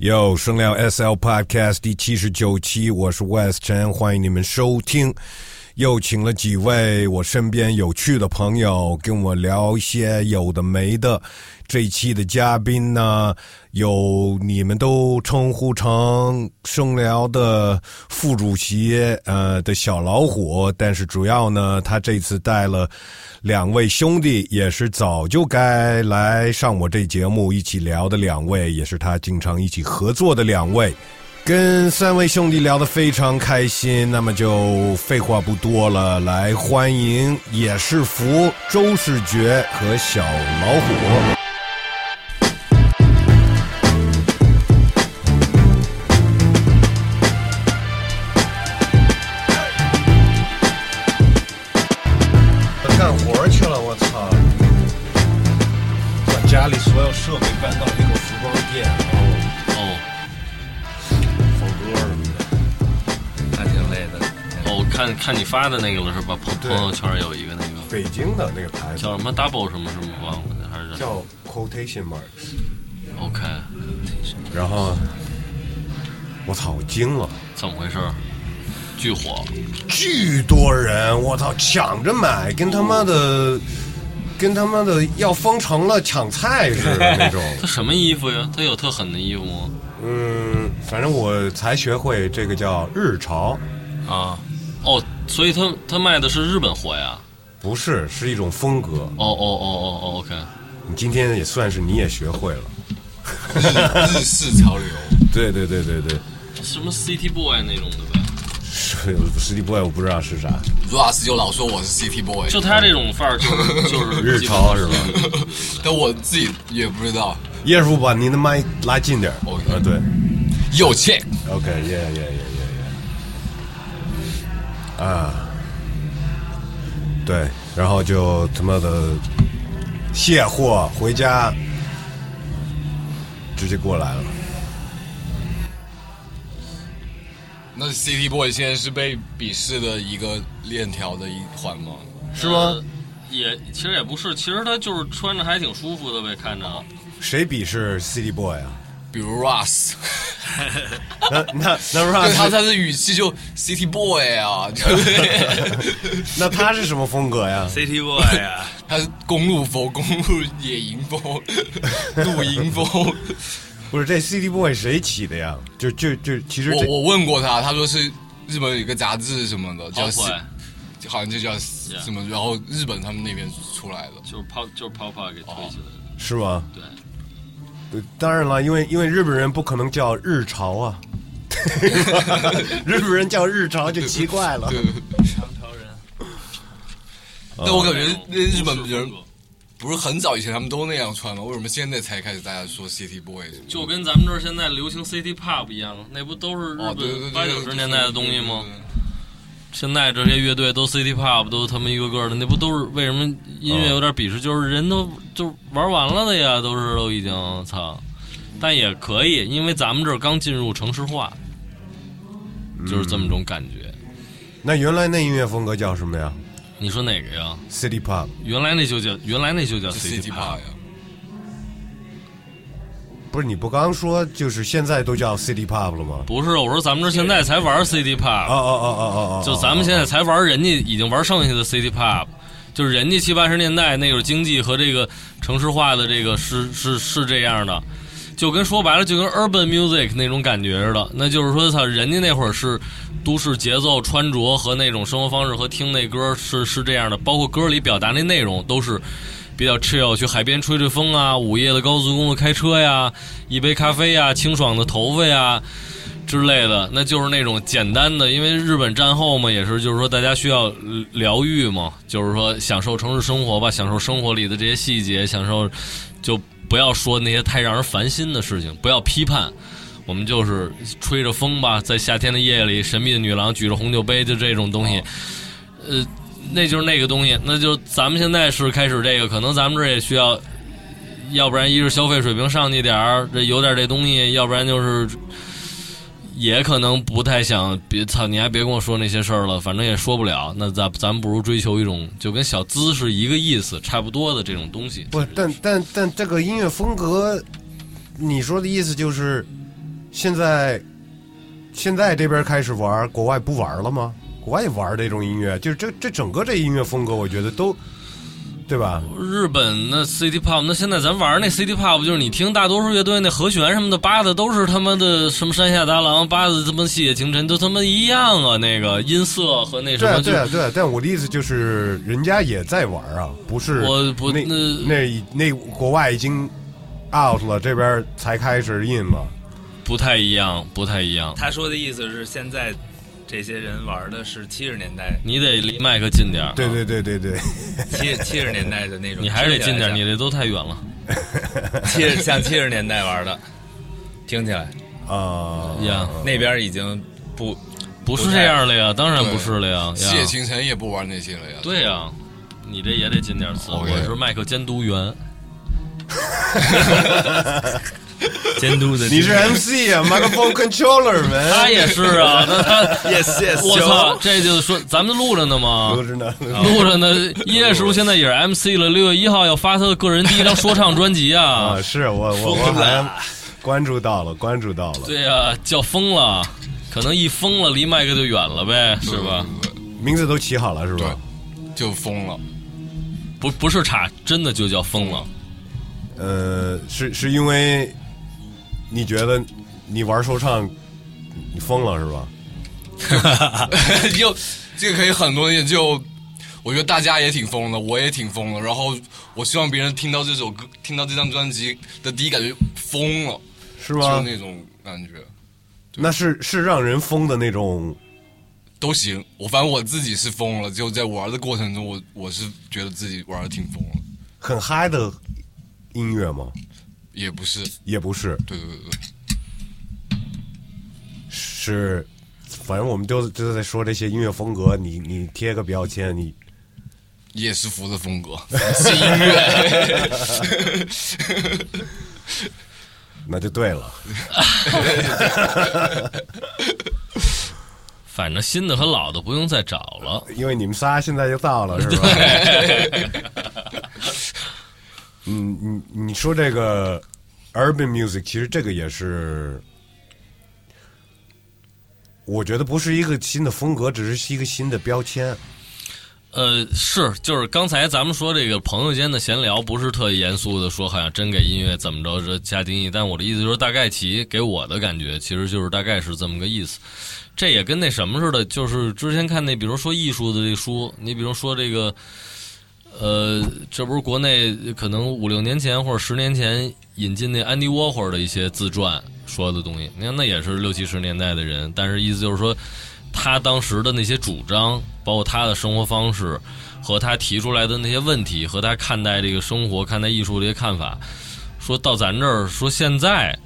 Yo，声量 SL Podcast 第七十九期，我是 West 陈，欢迎你们收听。又请了几位我身边有趣的朋友，跟我聊一些有的没的。这一期的嘉宾呢，有你们都称呼成声聊的副主席，呃的小老虎，但是主要呢，他这次带了两位兄弟，也是早就该来上我这节目一起聊的两位，也是他经常一起合作的两位。跟三位兄弟聊得非常开心，那么就废话不多了，来欢迎也是福周世觉和小老虎。干活去了，我操！把家里所有设备搬到那个服装店，然后哦放歌什么的。还挺累的。哦，我看看你发的那个了是吧？朋朋友圈有一个那个北京的那个牌子叫什么 Double 什么什么忘了，还是叫 quotation marks， OK？然后我操，我惊了，怎么回事？巨火，巨多人，我操，抢着买，跟他妈的，跟他妈的要封城了抢菜似的那种。它什么衣服呀？它有特狠的衣服吗？嗯，反正我才学会这个叫日潮，啊，哦，所以它它卖的是日本货呀？不是，是一种风格。哦哦哦哦哦，OK，你今天也算是你也学会了。日式潮流，对对对对 对，什么 City Boy 那种的呗？是实际 boy 我不知道是啥， ，Russ 就老说我是 City Boy，就他这种范儿，就是就是日基本潮上是吧？但我自己也不知道。叶师傅把您的麦拉近点儿。 OK 啊对。有钱 OK, yeah, yeah, yeah, yeah, yeah. 啊，对，然后就他妈的卸货回家，直接过来了。那 City Boy 现在是被鄙视的一个链条的一环吗？是吗呃也其实也不是，其实他就是穿着还挺舒服的呗，看着。谁鄙视 City Boy 啊？比如 Russ，那那那 对 他 Russ，他的语气就 City Boy 啊，就是那他是什么风格呀？ City Boy 呀，他是公路风、公路野营风、 露营风。不是这 City Boy 谁起的呀？就就就其实我这我问过他，他说是日本有一个杂志什么的，叫 Pop Boy 好像就叫什么，然后日本他们那边出来的。就是泡就是泡泡给推起来哦的。是吗？对，呃当然了，因为因为日本人不可能叫日潮啊， 日本人叫日潮就奇怪 了。但我感觉日本人不是很早以前他们都那样穿吗？为什么现在才开始大家说 City Boy？就跟咱们这儿现在流行 City Pop 一样，那不都是日哦，对对对，本八九十年代的东西吗？现在这些乐队都 City Pop，都他妈一个个的，那不都是为什么音哦乐有点鄙视？就是人都就玩完了的呀，都是都已经操，但也可以，因为咱们这儿刚进入城市化，就是这么种感觉。那原来那音乐风格叫什么呀你说哪个呀？ ？City Pop，原来那就叫原来那就叫就 City Pop， Pop 呀。不是你不刚说就是现在都叫 City Pop 了吗？不是，我说咱们这儿现在才玩 City Pop，哦哦哦哦哦哦，就咱们现在才玩，人家已经玩剩下的 City Pop，就是人家七八十年代那会儿经济和这个城市化的这个是是是这样的，就跟说白了就跟 Urban Music 那种感觉似的。那就是说，操，人家那会儿是都市节奏、穿着和那种生活方式和听那歌是是这样的，包括歌里表达那内容都是。比较 chill，去海边吹吹风啊，午夜的高速公路开车呀，一杯咖啡呀，清爽的头发呀，之类的，那就是那种简单的，因为日本战后嘛，也是就是说大家需要呃疗愈嘛，就是说享受城市生活吧，享受生活里的这些细节，享受就不要说那些太让人烦心的事情，不要批判。我们就是吹着风吧，在夏天的夜里，神秘的女郎举着红酒杯，就这种东西，呃，那就是那个东西。那就咱们现在是开始这个，可能咱们这也需要，要不然一是消费水平上去点儿，这有点这东西，要不然就是也可能不太想，别操，你还别跟我说那些事儿了，反正也说不了。那咱咱们不如追求一种就跟小资是一个意思，差不多的这种东西。不，但但但这个音乐风格，你说的意思就是现在现在这边开始玩，国外不玩了吗？国外也玩这种音乐，就是这这整个这音乐风格，我觉得都对吧？日本那 City Pop，那现在咱玩那 City Pop，就是你听大多数乐队那和弦什么的扒的都是他妈的什么山下达郎扒的他妈细野晴臣都他妈一样啊，那个音色和那什对啊，么就对啊，对啊。但我的意思就是，人家也在玩啊，不是我不那那那已那国外已经 out 了，这边才开始印了。不太一样，不太一样。他说的意思是，现在这些人玩的是七十年 代、你得离麦克近点儿对对对对对，七七十年代的那种，你还是得近点儿，听你起这都太远了。来像七十像七十年代玩的，听起来哦啊、呀，那边已经不不是这样了呀，当然不是了呀。呀细野晴臣也不玩那些了呀。对呀，你这也得近点儿哦词。 OK 我是麦克监督 员，监督的。你是 MC 啊，microphone controller 他们，也是啊。那他， yes yes，我操，这就说咱们录着呢嘛。都知道。 录着呢，叶叔现在也是 MC 了，六月一号要发他的个人第一张说唱专辑 啊啊，！是我我我好像关注到了，关注到了，对呀、叫疯了，可能一疯了离麦克就远了呗，是吧？不？不不名字都起好了是吧？就疯了。 不不是差，真的就叫疯了。呃，是是因为你觉得你玩说唱你疯了是吧？就这个可以很多也就，我觉得大家也挺疯的，我也挺疯的。然后我希望别人听到这首歌，听到这张专辑的第一感觉疯了，是就是吗？那种感觉那是是让人疯的那种，都行。我反正我自己是疯了，就在玩的过程中，我我是觉得自己玩的挺疯了，很嗨的音乐吗？也不是。也不是，对对对对，是，反正我们都都在说这些音乐风格，你你贴个标签，你也是服的风 格，是音乐。那就对了。反正新的和老的不用再找了。因为你们仨现在就到了，是吧？嗯，你你说这个 urban music，其实这个也是，我觉得不是一个新的风格，只是一个新的标签。呃，是，就是刚才咱们说这个朋友间的闲聊，不是特严肃的说，好像真给音乐怎么着这加定义。但我的意思就是，大概其给我的感觉，其实就是大概是这么个意思。这也跟那什么似的，就是之前看那，比如说艺术的这书，你比如说这个，呃，这不是国内呃可能五六年前或者十年前引进那安迪沃霍尔的一些自传说的东西，你看那也是六七十年代的人，但是意思就是说，他当时的那些主张，包括他的生活方式，和他提出来的那些问题，和他看待这个生活、看待艺术这些看法，说到咱这儿，说现在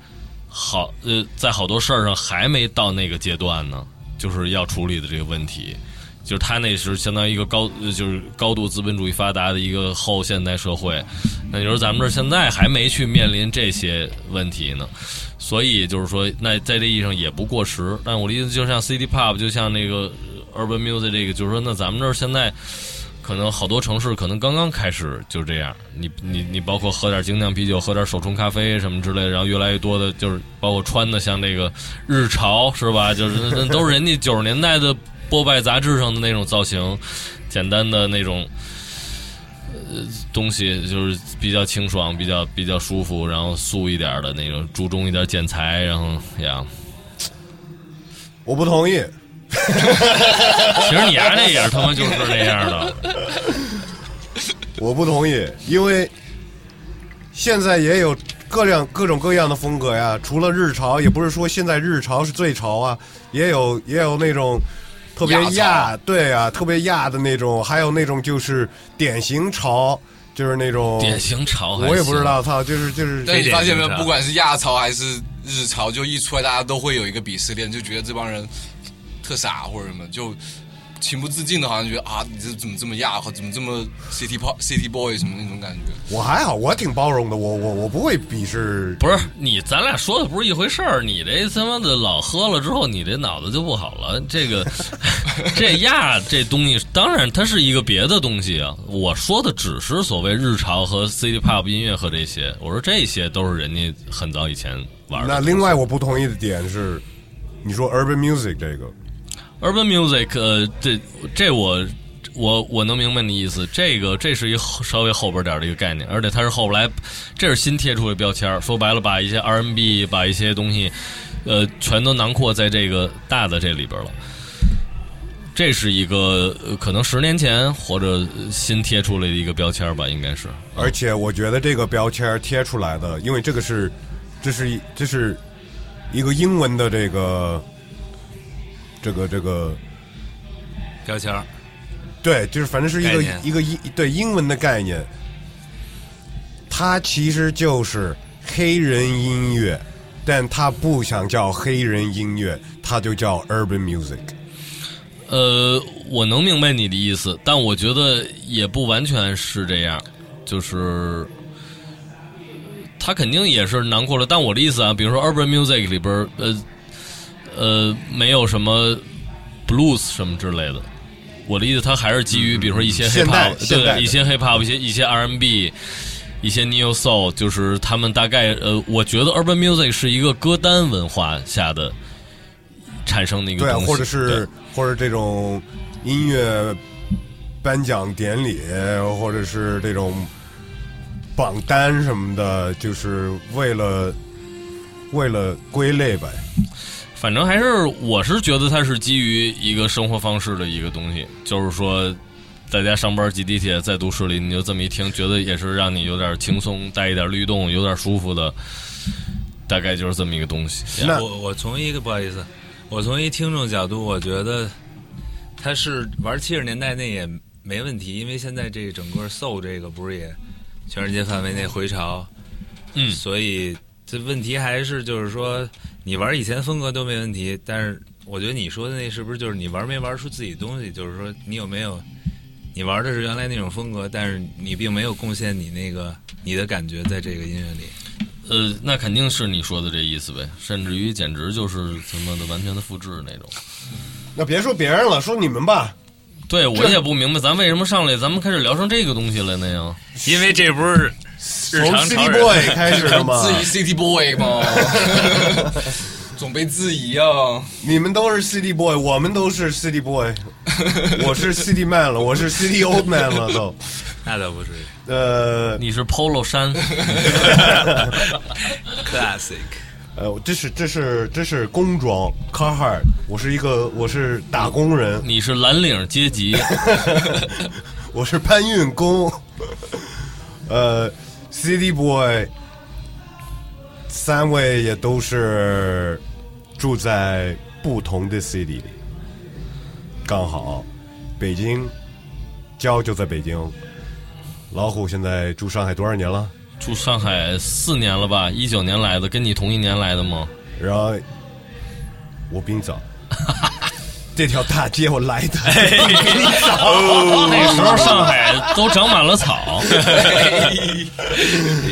好，呃，在好多事儿上还没到那个阶段呢，就是要处理的这个问题。就是他那是相当于一个高，呃就是高度资本主义发达的一个后现代社会，那就是咱们这儿现在还没去面临这些问题呢，所以就是说，那在这意义上也不过时。但我的意思，就像 City Pop，就像那个呃 Urban Music 这个，就是说，那咱们这儿现在可能好多城市可能刚刚开始就这样，你你你包括喝点精酿啤酒，喝点手冲咖啡什么之类的，然后越来越多的就是包括穿的像这个日潮是吧？ 就是那那都是人家九十年代的波拜杂志上的那种造型，简单的那种。呃，东西就是比较清爽，比较比较舒服，然后素一点的那种，注重一点剪裁，然后呀，我不同意，其实你丫那也是他妈就是那样 的，我不同意，因为现在也有各样各种各样的风格呀。除了日潮，也不是说现在日潮是最潮啊，也有也有那种特别亚潮亚，对啊，特别亚的那种，还有那种就是典型潮，就是那种典型潮还行，我也不知道，操，就是就是但你发现没有这，点是不管是亚潮还是日潮，就一出来大家都会有一个鄙视链，就觉得这帮人特傻或者什么，就情不自禁的，好像觉得啊，你这怎么这么亚，怎么这么 city pop city boy 什么那种感觉。我还好，我挺包容的，我我我不会鄙视。不是你，咱俩说的不是一回事儿。你这他妈的老喝了之后，你这脑子就不好了。这个 这亚这东西，当然它是一个别的东西啊。我说的只是所谓日常和 city pop 音乐和这些，我说这些都是人家很早以前玩的。那另外我不同意的点是，你说 urban music 这个， urban music，呃，这这我我我能明白你意思。这个这是一后稍微后边点的一个概念，而且它是后来这是新贴出的标签儿。说白了，把一些 R&B，把一些东西，呃，全都囊括在这个大的这里边了。这是一个呃可能十年前或者新贴出来的一个标签儿吧，应该是。而且我觉得这个标签贴出来的，因为这个是，这是一这是一个英文的这个这个这个，标签儿对，就是反正是一概个念一个英对英文的概念，它其实就是黑人音乐，但它不想叫黑人音乐，它就叫 urban music。呃，我能明白你的意思，但我觉得也不完全是这样，就是他肯定也是囊括了。但我的意思啊，比如说 urban music 里边儿，呃呃，没有什么 blues 什么之类的。我的意思，它还是基于比如说一些嗯现 hip 代 hop，现代的对，一些 hip hop，一些一些 R&B，一些 neo soul，就是他们大概呃，我觉得 urban music 是一个歌单文化下的产生的一个对，啊东西，或者对是或者这种音乐颁奖典礼，或者是这种榜单什么的，就是为了为了归类呗。反正还是，我是觉得它是基于一个生活方式的一个东西，就是说，大家上班挤地铁，在都市里，你就这么一听，觉得也是让你有点轻松，带一点律动，有点舒服的，大概就是这么一个东西。那我我从一个不好意思，我从一听众角度，我觉得他是玩七十年代那也没问题，因为现在这整个 soul 这个不是也全世界范围内回潮，嗯所以呃这问题还是就是说你玩以前风格都没问题，但是我觉得你说的那是不是就是你玩没玩出自己东西？就是说你有没有你玩的是原来那种风格，但是你并没有贡献你那个你的感觉在这个音乐里。呃，那肯定是你说的这意思呗，甚至于简直就是他妈的完全的复制那种。那别说别人了，说你们吧。对我也不明白，咱为什么上来咱们开始聊成这个东西了呢？呀？因为这不是从日常潮 City 人 Boy 开始的嘛，质疑 city boy 嘛，总被质疑啊。你们都是 City Boy，我们都是 City Boy，我是 City Man 了，我是 City Old Man 了都。那倒不至于呃你是 Polo 衫， ，classic。呃，这是这是这是工装 Carhartt，我是一个我是打工人，你是蓝领阶级，我是搬运工， 呃，City Boy，三位也都是住在不同的 city 里，刚好，北京，娇就在北京，老虎现在住上海多少年了？住上海四年了吧？一九年来的，跟你同一年来的吗？然后我比你早，这条大街我来的，哦那时候上海都长满了 草，这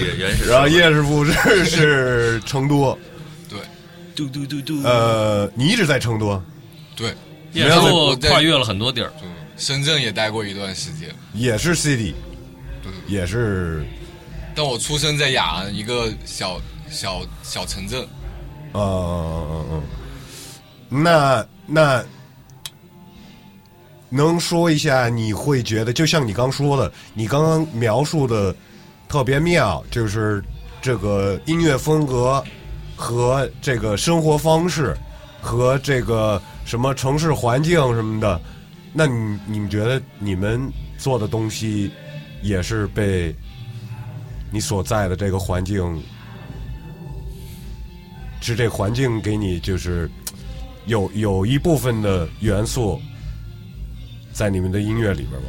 个原 始然后叶师傅是是成都，对嘟嘟嘟嘟，呃，你一直在成都。对，也没后有在跨越了很多地儿。嗯，深圳也待过一段时间，也是 CD，也是但我出生在雅安一个小小小城镇，呃嗯嗯嗯，那那能说一下你会觉得，就像你刚说的，你刚刚描述的特别妙，就是这个音乐风格和这个生活方式和这个什么城市环境什么的，那你你们觉得你们做的东西也是被你所在的这个环境是这环境给你就是有有一部分的元素在你们的音乐里边吗？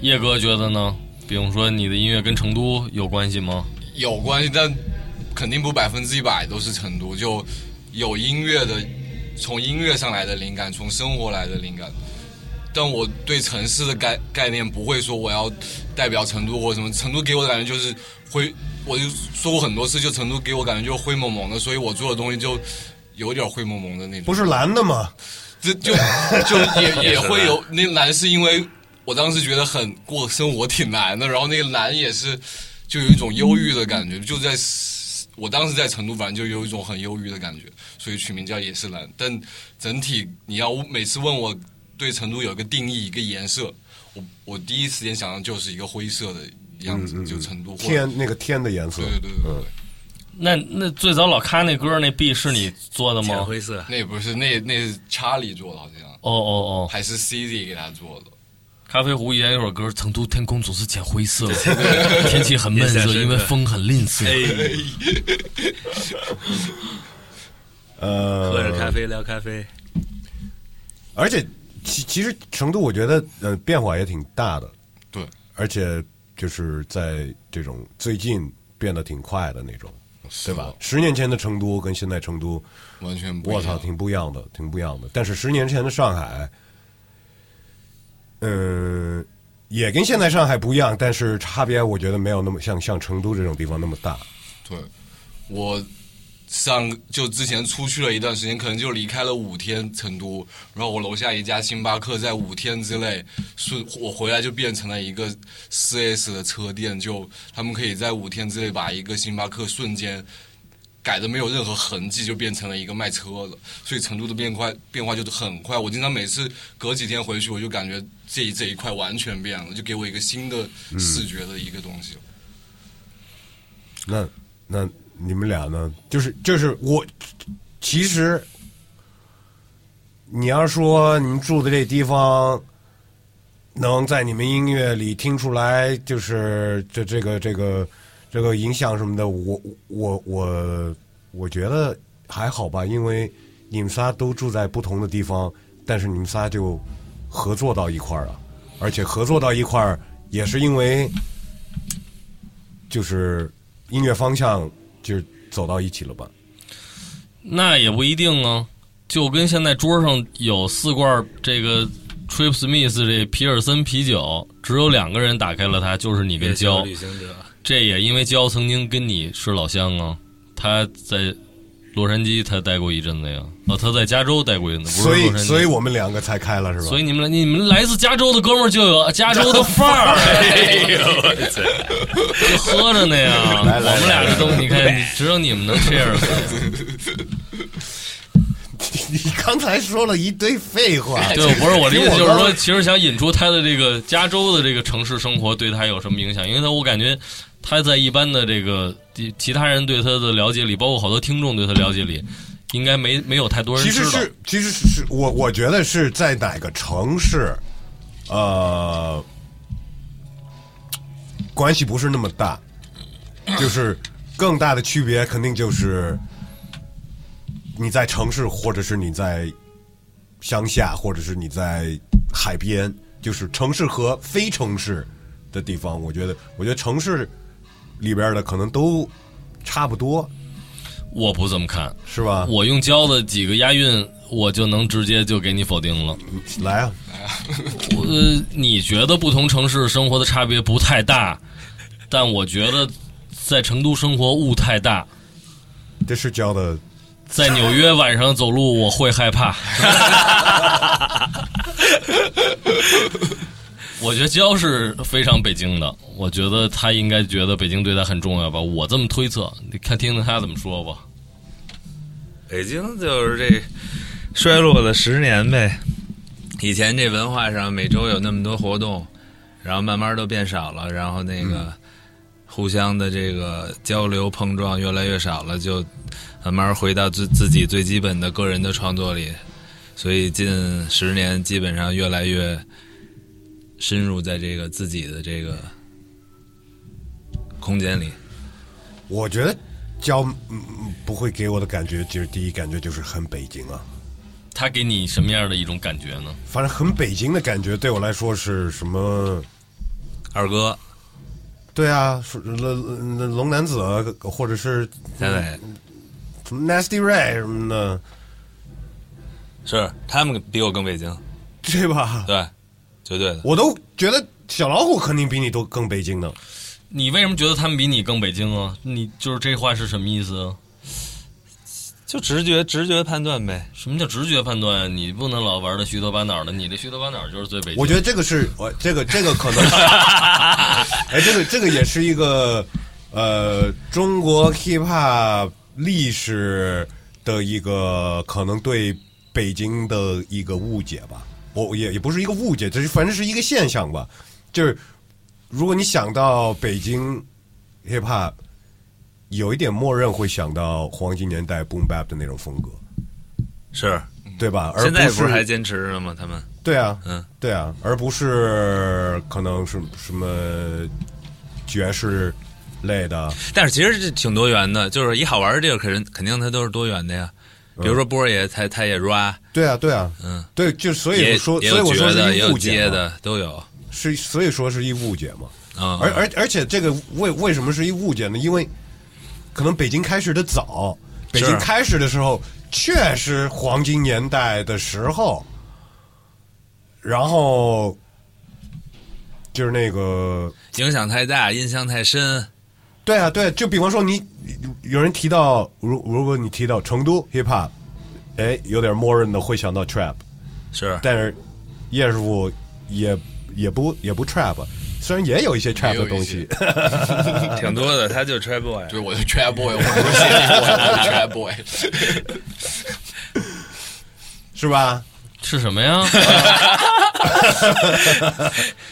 叶哥觉得呢？比如说你的音乐跟成都有关系吗？有关系，但肯定不百分之一百都是成都，就有音乐的，从音乐上来的灵感，从生活来的灵感。但我对城市的概概念不会说我要代表成都或者什么。成都给我的感觉就是灰，我就说过很多次，就成都给我感觉就是灰蒙蒙的，所以我做的东西就有点灰蒙蒙的那种。不是蓝的吗？这就就也也是会有那难，是因为我当时觉得很过生活挺难的，然后那个难也是就有一种忧郁的感觉，就在我当时在成都，反正就有一种很忧郁的感觉，所以取名叫也是难。但整体你要每次问我对成都有一个定义，一个颜色，我我第一时间想到就是一个灰色的样子，就成都或者嗯天那嗯个天的颜色对，对对对对，那那最早老咖那歌那 B 是你做的浅吗？灰色，那也不是那那是查理做的，好像哦哦哦，还是 C D 给他做的。咖啡壶以前有首歌《成都天空总是浅灰 色》，天气很闷印象热，深刻哎因为风很吝啬。呃，喝着咖啡聊咖啡，而且其其实成都，我觉得呃变化也挺大的，对，而且就是在这种最近变得挺快的那种，是对吧？十年前的成都跟现在成都，完全不一我样。操，挺不一样的，挺不一样的。但是十年前的上海，嗯、也跟现在上海不一样，但是差别我觉得没有那么像像成都这种地方那么大。对，我上就之前出去了一段时间，可能就离开了五天成都，然后我楼下一家星巴克在五天之内，是我回来就变成了一个四 S 的车店，就他们可以在五天之内把一个星巴克瞬间。改的没有任何痕迹，就变成了一个卖车的，所以成都的变快变化就是很快。我经常每次隔几天回去，我就感觉这一这一块完全变了，就给我一个新的视觉的一个东西。那那你们俩呢？就是就是我，其实你要说你们住的这地方，能在你们音乐里听出来，就是这这个这个这个影响什么的，我我我我觉得还好吧，因为你们仨都住在不同的地方，但是你们仨就合作到一块儿了，而且合作到一块儿也是因为。就是音乐方向就走到一起了吧？那也不一定啊，就跟现在桌上有四罐这个 Trip Smith 这皮尔森啤酒，只有两个人打开了它，就是你跟月球焦。旅行者，这也因为焦曾经跟你是老乡啊，他在洛杉矶他待过一阵子呀，哦，他在加州待过一阵子，不所以是洛，杉矶。所以我们两个才开了是吧？所以你们你们来自加州的哥们儿就有啊加州的范 儿，哎呦我操就喝着呢呀。来来我们俩这都你看，你只有你们能 cheers。你刚才说了一堆废话， 对，不是我的意思，听就我是刚说，其实想引出他的这个加州的这个城市生活对他有什么影响，因为他我感觉他在一般的这个其其他人对他的了解里，包括好多听众对他了解里，应该没没有太多人其知实道。是其实是我我觉得是在哪个城市，呃，关系不是那么大，就是更大的区别肯定就是你在城市，或者是你在乡下，或者是你在海边，就是城市和非城市的地方，我觉得我觉得城市里边的可能都差不多，我不这么看，是吧？我用教的几个押韵，我就能直接就给你否定了。来啊，呃，你觉得不同城市生活的差别不太大，但我觉得在成都生活雾太大，这是教的。在纽约晚上走路我会害怕。我觉得焦是非常北京的，我觉得他应该觉得北京对他很重要吧，我这么推测，你看听听他怎么说吧。北京就是这衰落了十年呗。以前这文化上每周有那么多活动，然后慢慢都变少了，然后那个互相的这个交流碰撞越来越少了，就慢慢回到自自己最基本的个人的创作里。所以近十年基本上越来越深入在这个自己的这个空间里。我觉得教嗯嗯不会给我的感觉，就是第一感觉就是很北京啊，他给你什么样的一种感觉呢？反正很北京的感觉对我来说是什么？二哥，对啊，是龙龙龙男子啊或者是三伟。什么 Nasty Ray 什么的，是他们比我更北京，对吧？对，绝对的。我都觉得小老虎肯定比你都更北京呢。你为什么觉得他们比你更北京啊？你就是这话是什么意思啊？就直觉直觉判断呗，什么叫直觉判断？你不能老玩的虚头巴脑的，你这虚头巴脑就是最北京。我觉得这个是我这个这个可能，哎，这个这个也是一个呃中国 hiphop 历史的一个可能对北京的一个误解吧。我也也不是一个误解，这是反正是一个现象吧。就是如果你想到北京 hiphop，有一点默认会想到黄金年代 boom bap 的那种风格，是。对吧？而现在不不是还坚持着吗？他们对啊，嗯，对啊，而不是可能是什么爵士类的，但是其实这挺多元的，就是一好玩儿这个肯肯定它都是多元的呀。嗯比如说波儿爷，他他也 rap，对啊，对啊，嗯，对，就所也以说，也所以有我爵说的，是也一有误街解嘛，的，都有啊。是所以说是一误解嘛。嗯而而而且这个为为什么是一误解呢？因为可能北京开始的早，北京是开始的时候确实黄金年代的时候，然后就是那个影响太大，印象太深，对啊，对，就比方说你有人提到，如如果你提到成都 hip hop，哎，有点默认的会想到 trap，是但是叶师傅也也不也不 trap，虽然也有一些 trap 的东西，挺多的。他就是 trap boy，对，我是 trap boy，我不 是 city boy，我是 trap boy。是吧？是什么呀？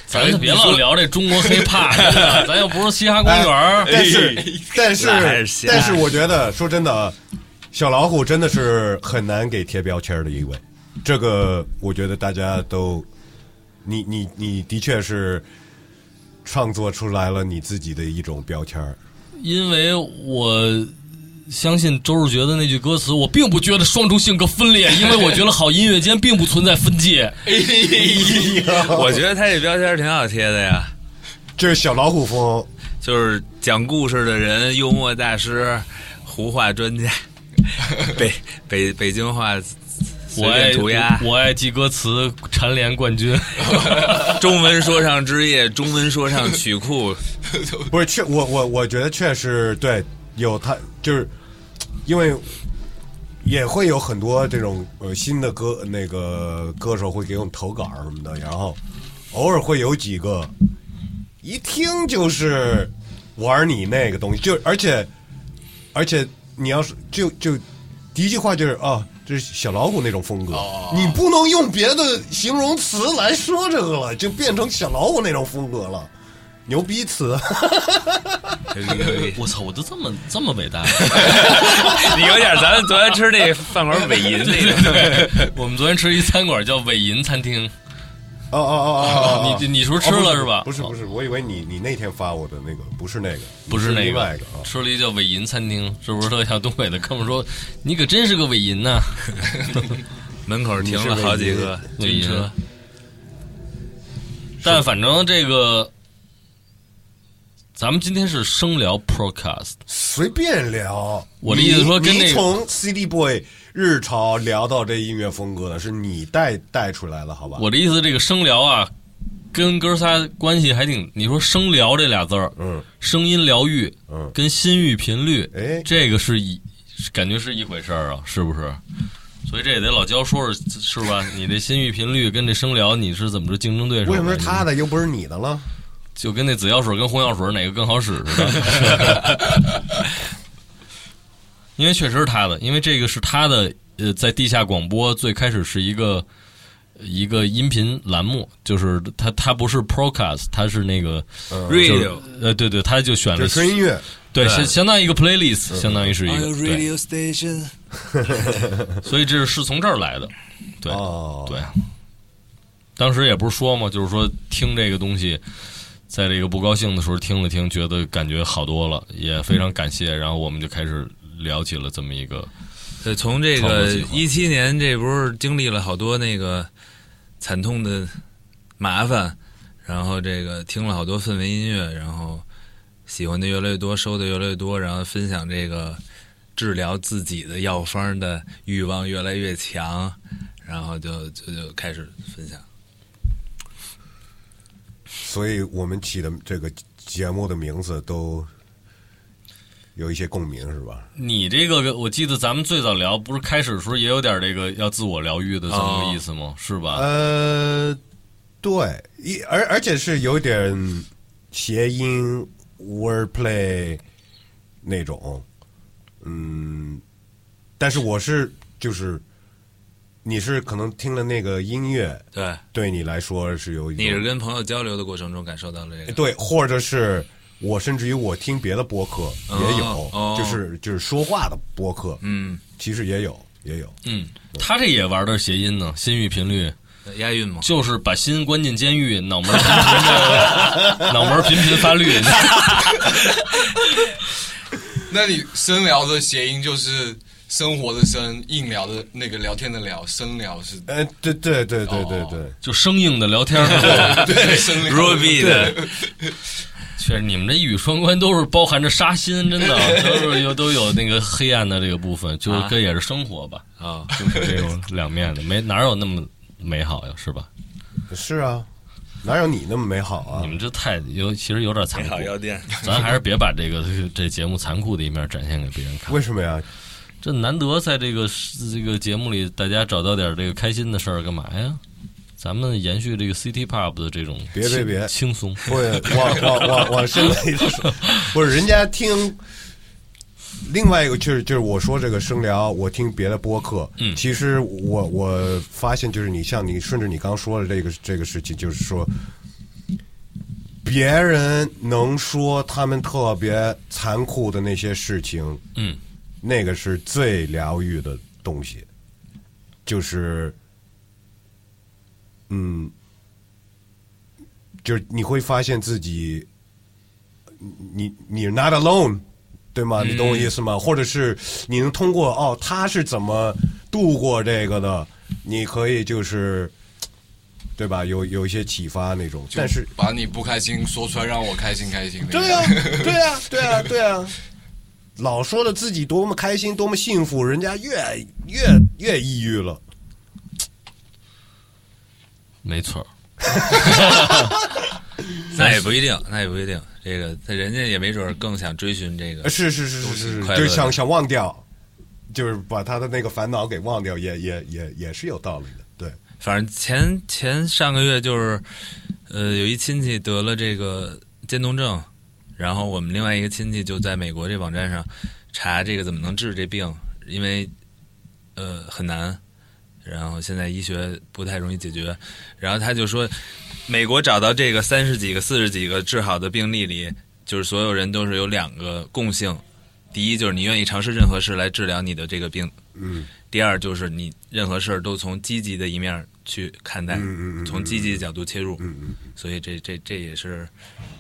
咱正就别老聊这中国 hiphop，真的咱又不是嘻哈公园儿。但是但那还是是闲但是，我觉得说真的啊，小老虎真的是很难给贴标签的一位，这个我觉得大家都，你你你的确是创作出来了你自己的一种标签儿。因为我相信周日觉得那句歌词，我并不觉得双重性格分裂，因为我觉得好音乐间并不存在分界。哎我觉得他这标签儿挺好贴的呀，这是小老虎风，就是讲故事的人，幽默大师，胡话专 家，北北北京话随我爱便涂鸦，我爱记歌词，蝉联冠军。 中文说唱之夜，中文说唱曲库， 不是确我我我觉得确实对有他就是，因为也会有很多这种呃新的歌那个歌手会给我们投稿什么的，然后偶尔会有几个一听就是玩你那个东西，就而且而且你要是就就第一句话就是啊。这是小老虎那种风格，你不能用别的形容词来说这个了，就变成小老虎那种风格了，牛逼词。我操，我就这么这么伟大。你有点咱们昨天吃那饭馆尾银那个。我们昨天吃一餐馆叫伟银餐厅，哦哦哦哦哦，你你是不是吃了是吧？不是不是，我以为你你那天发我的那个不是那个，不是那另外个一个啊，吃了一叫伟银餐厅，是不是特像东北的哥们儿说，你可真是个伟银呐、 门口停了好几个军车，但反正这个，咱们今天是生聊 Procast，随便聊。我的意思说跟你那个你从 CD Boy 日潮聊到这音乐风格的，是你带带出来的，好吧？我的意思这个生聊啊，跟哥仨关系还挺，你说生聊这俩字儿，嗯，声音疗愈，嗯跟心域频率，哎这个是一感觉是一回事儿啊，是不是？所以这也得老焦说说，是吧？你这心域频率跟这声聊，你是怎么着竞争对手？为什么是他的又不是你的了？就跟那紫药水跟红药水哪个更好使似的。 因为确实是他的，因为这个是他的，呃，在地下广播最开始是一个一个音频栏目，就是他他不是 Procast，他是那个就是 Radio 呃，对对，他就选嗯就了是音乐，对，对哎相相当于一个 playlist，相当于是一个对， station，所以这是是从这儿来的，对哦对。当时也不是说嘛，就是说听这个东西，在这个不高兴的时候听了听，觉得感觉好多了，也非常感谢。然后我们就开始聊起了这么一个，对，从这创作个计划一七年，这不是经历了好多那个惨痛的麻烦，然后这个听了好多氛围音乐，然后喜欢的越来越多，收的越来越多，然后分享这个治疗自己的药方的欲望越来越强，然后就就就开始分享。所以我们起的这个节目的名字都有一些共鸣，是吧？你这个，我记得咱们最早聊，不是开始的时候也有点这个要自我疗愈的这么个意思吗？是吧？呃，对，一而而且是有点谐音 wordplay 那种，嗯，但是我是就是，你是可能听了那个音乐，对，对你来说是有一你种是跟朋友交流的过程中感受到了这个，对，或者是我甚至于我听别的播客也有，哦就是就是说话的播客，嗯，其实也有也有，嗯，他这也玩的是谐音呢，心域频率押韵嘛，就是把心关进监狱，脑门儿频频脑门儿频频发绿。那你深聊的谐音就是生活的生，硬聊的那个聊天的聊，深聊 是呃，对对对对对对，就生硬的聊天儿，对深聊 Ruby 的，确实你们这一语双关都是包含着杀心，真的啊都是有都有那个黑暗的这个部分，就是这也是生活吧，啊，就是这种两面的，没哪有那么美好呀，是吧？是啊，哪有你那么美好啊你？们这太有，其实有点残美酷好，药店，咱还是别把这个 这节目残酷的一面展现给别人看。为什么呀？这难得在这个这个节目里，大家找到点这个开心的事儿，干嘛呀？咱们延续这个 City Pop 的这种别别轻别轻松，会往往往往深里说，不是人家听。另外一个就是就是我说这个声聊，我听别的播客，嗯，其实我我发现就是你像你顺着你刚说的这个这个事情，就是说，别人能说他们特别残酷的那些事情，嗯，那个是最疗愈的东西，就是，嗯，就是你会发现自己，你你 not alone，对吗？你懂我意思吗？或者是你能通过哦，他是怎么度过这个的？你可以就是，对吧？有有一些启发那种，但是把你不开心说出来，让我开心开心。对啊， 对啊，对啊，对啊。老说的自己多么开心，多么幸福，人家越越越抑郁了。没错儿。那也不一定，那也不一定，这个他人家也没准儿更想追寻这呃个，是是是是是，是快乐就的想想忘掉，就是把他的那个烦恼给忘掉，也也也也是有道理的。对，反正前前上个月就是，呃，有一亲戚得了这个渐冻症，然后我们另外一个亲戚就在美国这网站上查这个怎么能治这病，因为呃很难，然后现在医学不太容易解决，然后他就说，美国找到这个三十几个、四十几个治好的病例里，就是所有人都是有两个共性，第一就是你愿意尝试任何事来治疗你的这个病，嗯，第二就是你任何事儿都从积极的一面儿去看待，嗯嗯嗯嗯从积极的角度切入，嗯嗯，所以这这这也是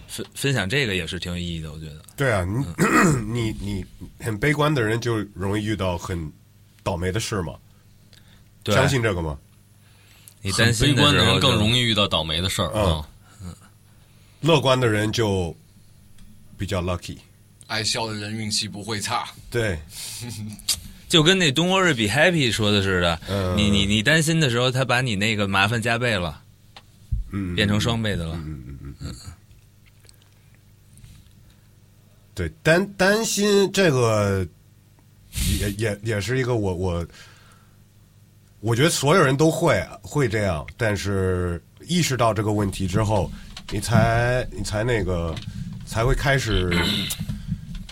分分享这个也是挺有意义的，我觉得。对啊，你嗯 你你很悲观的人就容易遇到很倒霉的事嘛，对，相信这个吗？你很担悲心观的的时人候更就容易遇到倒霉的事儿嗯啊。乐观的人就比较 lucky。爱笑的人运气不会差。对，就跟那 “Don't worry, be happy” 说的似的，嗯你你你担心的时候，他把你那个麻烦加倍了，嗯，变成双倍的了。对担担心这个也也也是一个我我我觉得所有人都会啊会这样，但是意识到这个问题之后，你才你才那个才会开始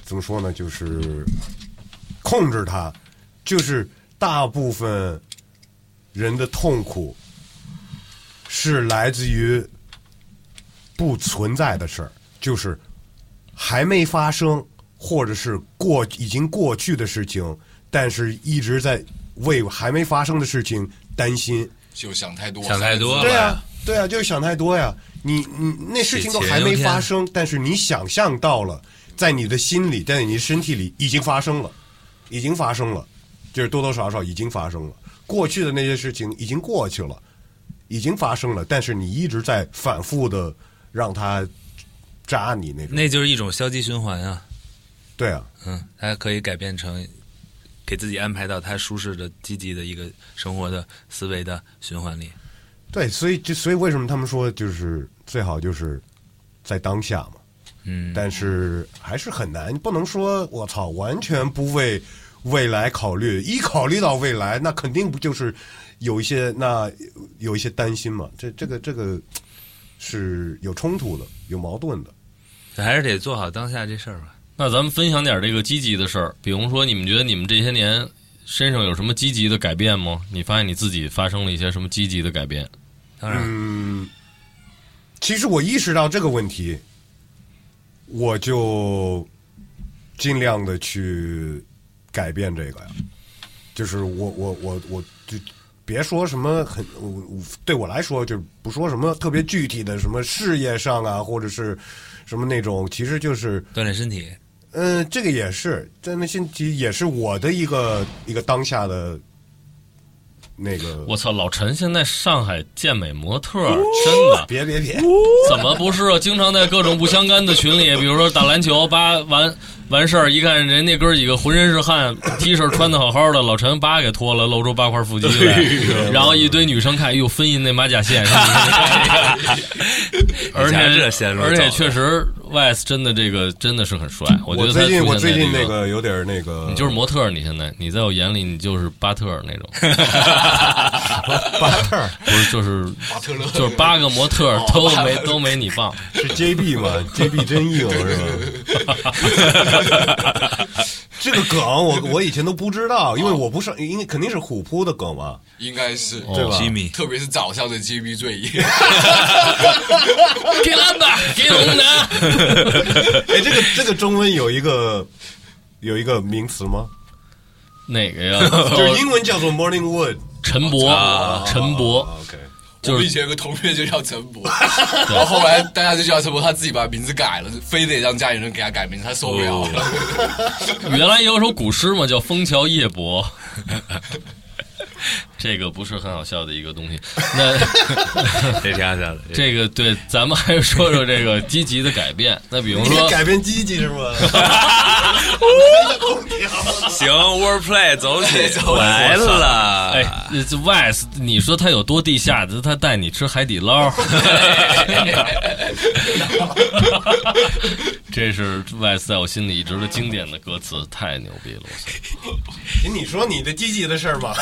怎么说呢？就是控制它，就是大部分人的痛苦是来自于不存在的事儿，就是还没发生，或者是过已经过去的事情，但是一直在为还没发生的事情担心。就想太多，想太多三个字对啊，对啊，就是想太多呀。你你那事情都还没发生，但是你想象到了，在你的心里，在你的身体里已经发生了，已经发生了，就是多多少少已经发生了。过去的那些事情已经过去了，已经发生了，但是你一直在反复的让它扎你那种。那就是一种消极循环啊，对啊，嗯，它可以改变成给自己安排到他舒适的、积极的一个生活的思维的循环里。对，所以就所以为什么他们说就是最好就是在当下嘛。嗯，但是还是很难，不能说我操，完全不为未来考虑。一考虑到未来，那肯定不就是有一些那有一些担心嘛？这这个这个是有冲突的，有矛盾的。还是得做好当下这事儿吧。那咱们分享点这个积极的事儿，比如说你们觉得你们这些年身上有什么积极的改变吗？你发现你自己发生了一些什么积极的改变？当然，嗯，其实我意识到这个问题，我就尽量的去改变这个呀。就是我我我我就别说什么很，我我对我来说就不说什么特别具体的什么事业上啊，或者是什么那种，其实就是锻炼身体，嗯、这个也是，真的心其实也是我的一个一个当下的那个。我操，老陈现在上海健美模特儿，真的别别别！怎么不是啊？经常在各种不相干的群里，比如说打篮球，叭完完事儿，一看人那哥几个浑身是汗，T 恤穿的好好的，老陈叭给脱了，露出八块腹肌哎来，然后一堆女生看，哟，分印那马 甲线，说你这而你家这线且路而走且的确实，Wes 真的这个真的是 很帅，我觉我得最他近我出最现在近那这个。个有点那个，你就是模特儿，你现在你在我眼里你就是巴特儿那 种，巴特儿不是就是巴特勒就是八个模特儿都没都没你 棒，是 JB 嘛？JB 真硬是吧？这个梗我我以前都不知道，因为我不是，因为肯定是虎扑的梗嘛，应该是，哦对吧？吉米，特别是早上的 GB 最硬。给烂吧， 给龙男。哎，这个这个中文有一个有一个名词吗？哪个 呀？就是英文叫做 Morning Wood。陈博，陈博，啊，OK，我是们以前有个同学就叫陈博，然后后来大家就叫陈博，他自己把名字改了，非得让家里人给他改名字，他受不了了。原来也有首古诗嘛，叫《枫桥夜泊》。 这个不是很好笑的一个东西。那 这挺好笑的。这这个对，咱们还是说说这个积极的改变。那比如你得说，改变积极是吗？ 行，WordPlay 走哎起来了。哎，这 Wise，你说他有多地下？他带你吃海底 捞，这是 Wise 在我心里一直的经典的歌词，太牛逼了！我操。你说你的积极的事儿吧。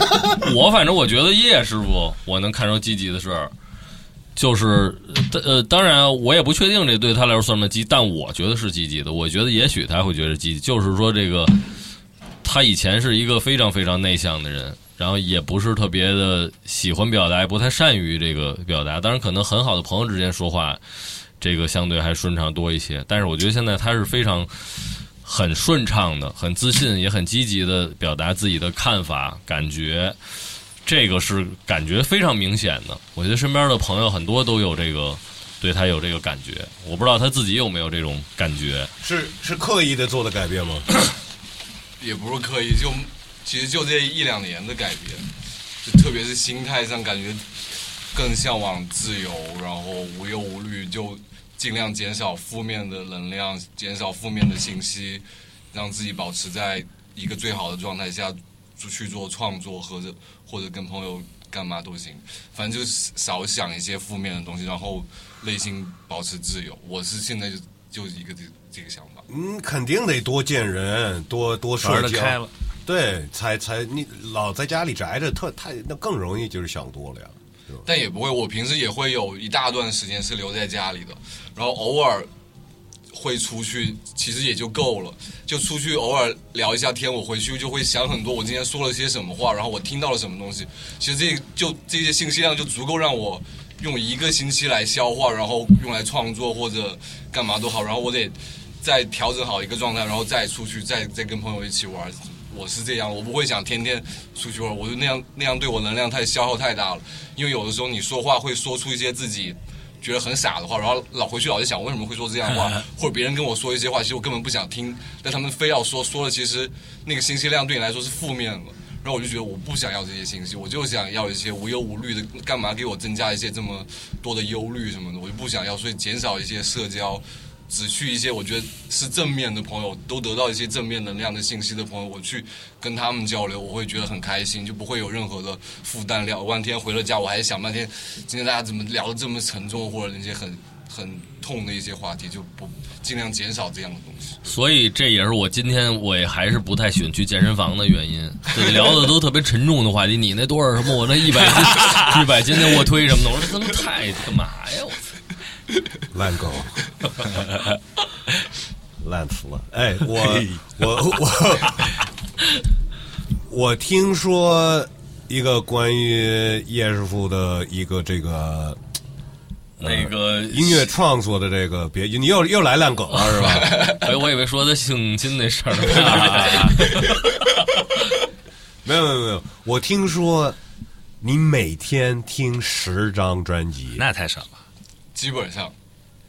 我反正我觉得叶师傅，我能看出积极的事儿，就是呃呃，当然我也不确定这对他来说算不算积极，但我觉得是积极的。我觉得也许他会觉得积极，就是说这个他以前是一个非常非常内向的人，然后也不是特别的喜欢表达，也不太善于这个表达。当然，可能很好的朋友之间说话，这个相对还顺畅多一些。但是我觉得现在他是非常。很顺畅的，很自信，也很积极的表达自己的看法、感觉，这个是感觉非常明显的。我觉得身边的朋友很多都有这个，对他有这个感觉。我不知道他自己有没有这种感觉。是是刻意的做的改变吗？也不是刻意，就其实就这一两年的改变，就特别是心态上感觉更向往自由，然后无忧无虑，就尽量减少负面的能量，减少负面的信息，让自己保持在一个最好的状态下去做创作，或者或者跟朋友干嘛都行，反正就是少想一些负面的东西，然后内心保持自由。我是现在就就一个这这个想法。嗯，肯定得多见人，多多社玩得交，开了，对，才才你老在家里宅着，特太那更容易就是想多了呀。但也不会，我平时也会有一大段时间是留在家里的，然后偶尔会出去，其实也就够了。就出去偶尔聊一下天，我回去就会想很多，我今天说了些什么话，然后我听到了什么东西。其实这就这些信息量就足够让我用一个星期来消化，然后用来创作或者干嘛都好。然后我得再调整好一个状态，然后再出去，再再跟朋友一起玩。我是这样，我不会想天天出去玩，我就那样那样对我能量太消耗太大了。因为有的时候你说话会说出一些自己觉得很傻的话，然后老回去老在想为什么会说这样的话，或者别人跟我说一些话，其实我根本不想听，但他们非要说，说了其实那个信息量对你来说是负面的。然后我就觉得我不想要这些信息，我就想要一些无忧无虑的，干嘛给我增加一些这么多的忧虑什么的，我就不想要，所以减少一些社交，只去一些我觉得是正面的朋友，都得到一些正面能量的信息的朋友，我去跟他们交流，我会觉得很开心，就不会有任何的负担。聊半天回了家，我还想半天，今天大家怎么聊的这么沉重，或者那些很很痛的一些话题，就不尽量减少这样的东西。所以这也是我今天我也还是不太喜欢去健身房的原因，对聊的都特别沉重的话题。你那多少什么，我那一百斤、一百斤的卧推什么的，我说这他妈太干嘛呀？我操！烂狗，烂死了！哎，我我我我听说一个关于叶师傅的一个这个嗯那个音乐创作的这个别，你又又来烂狗了是吧？哎，我以为说他性侵那事儿呢。没有没有没有，我听说你每天听十张专辑， 那太少了。基本上，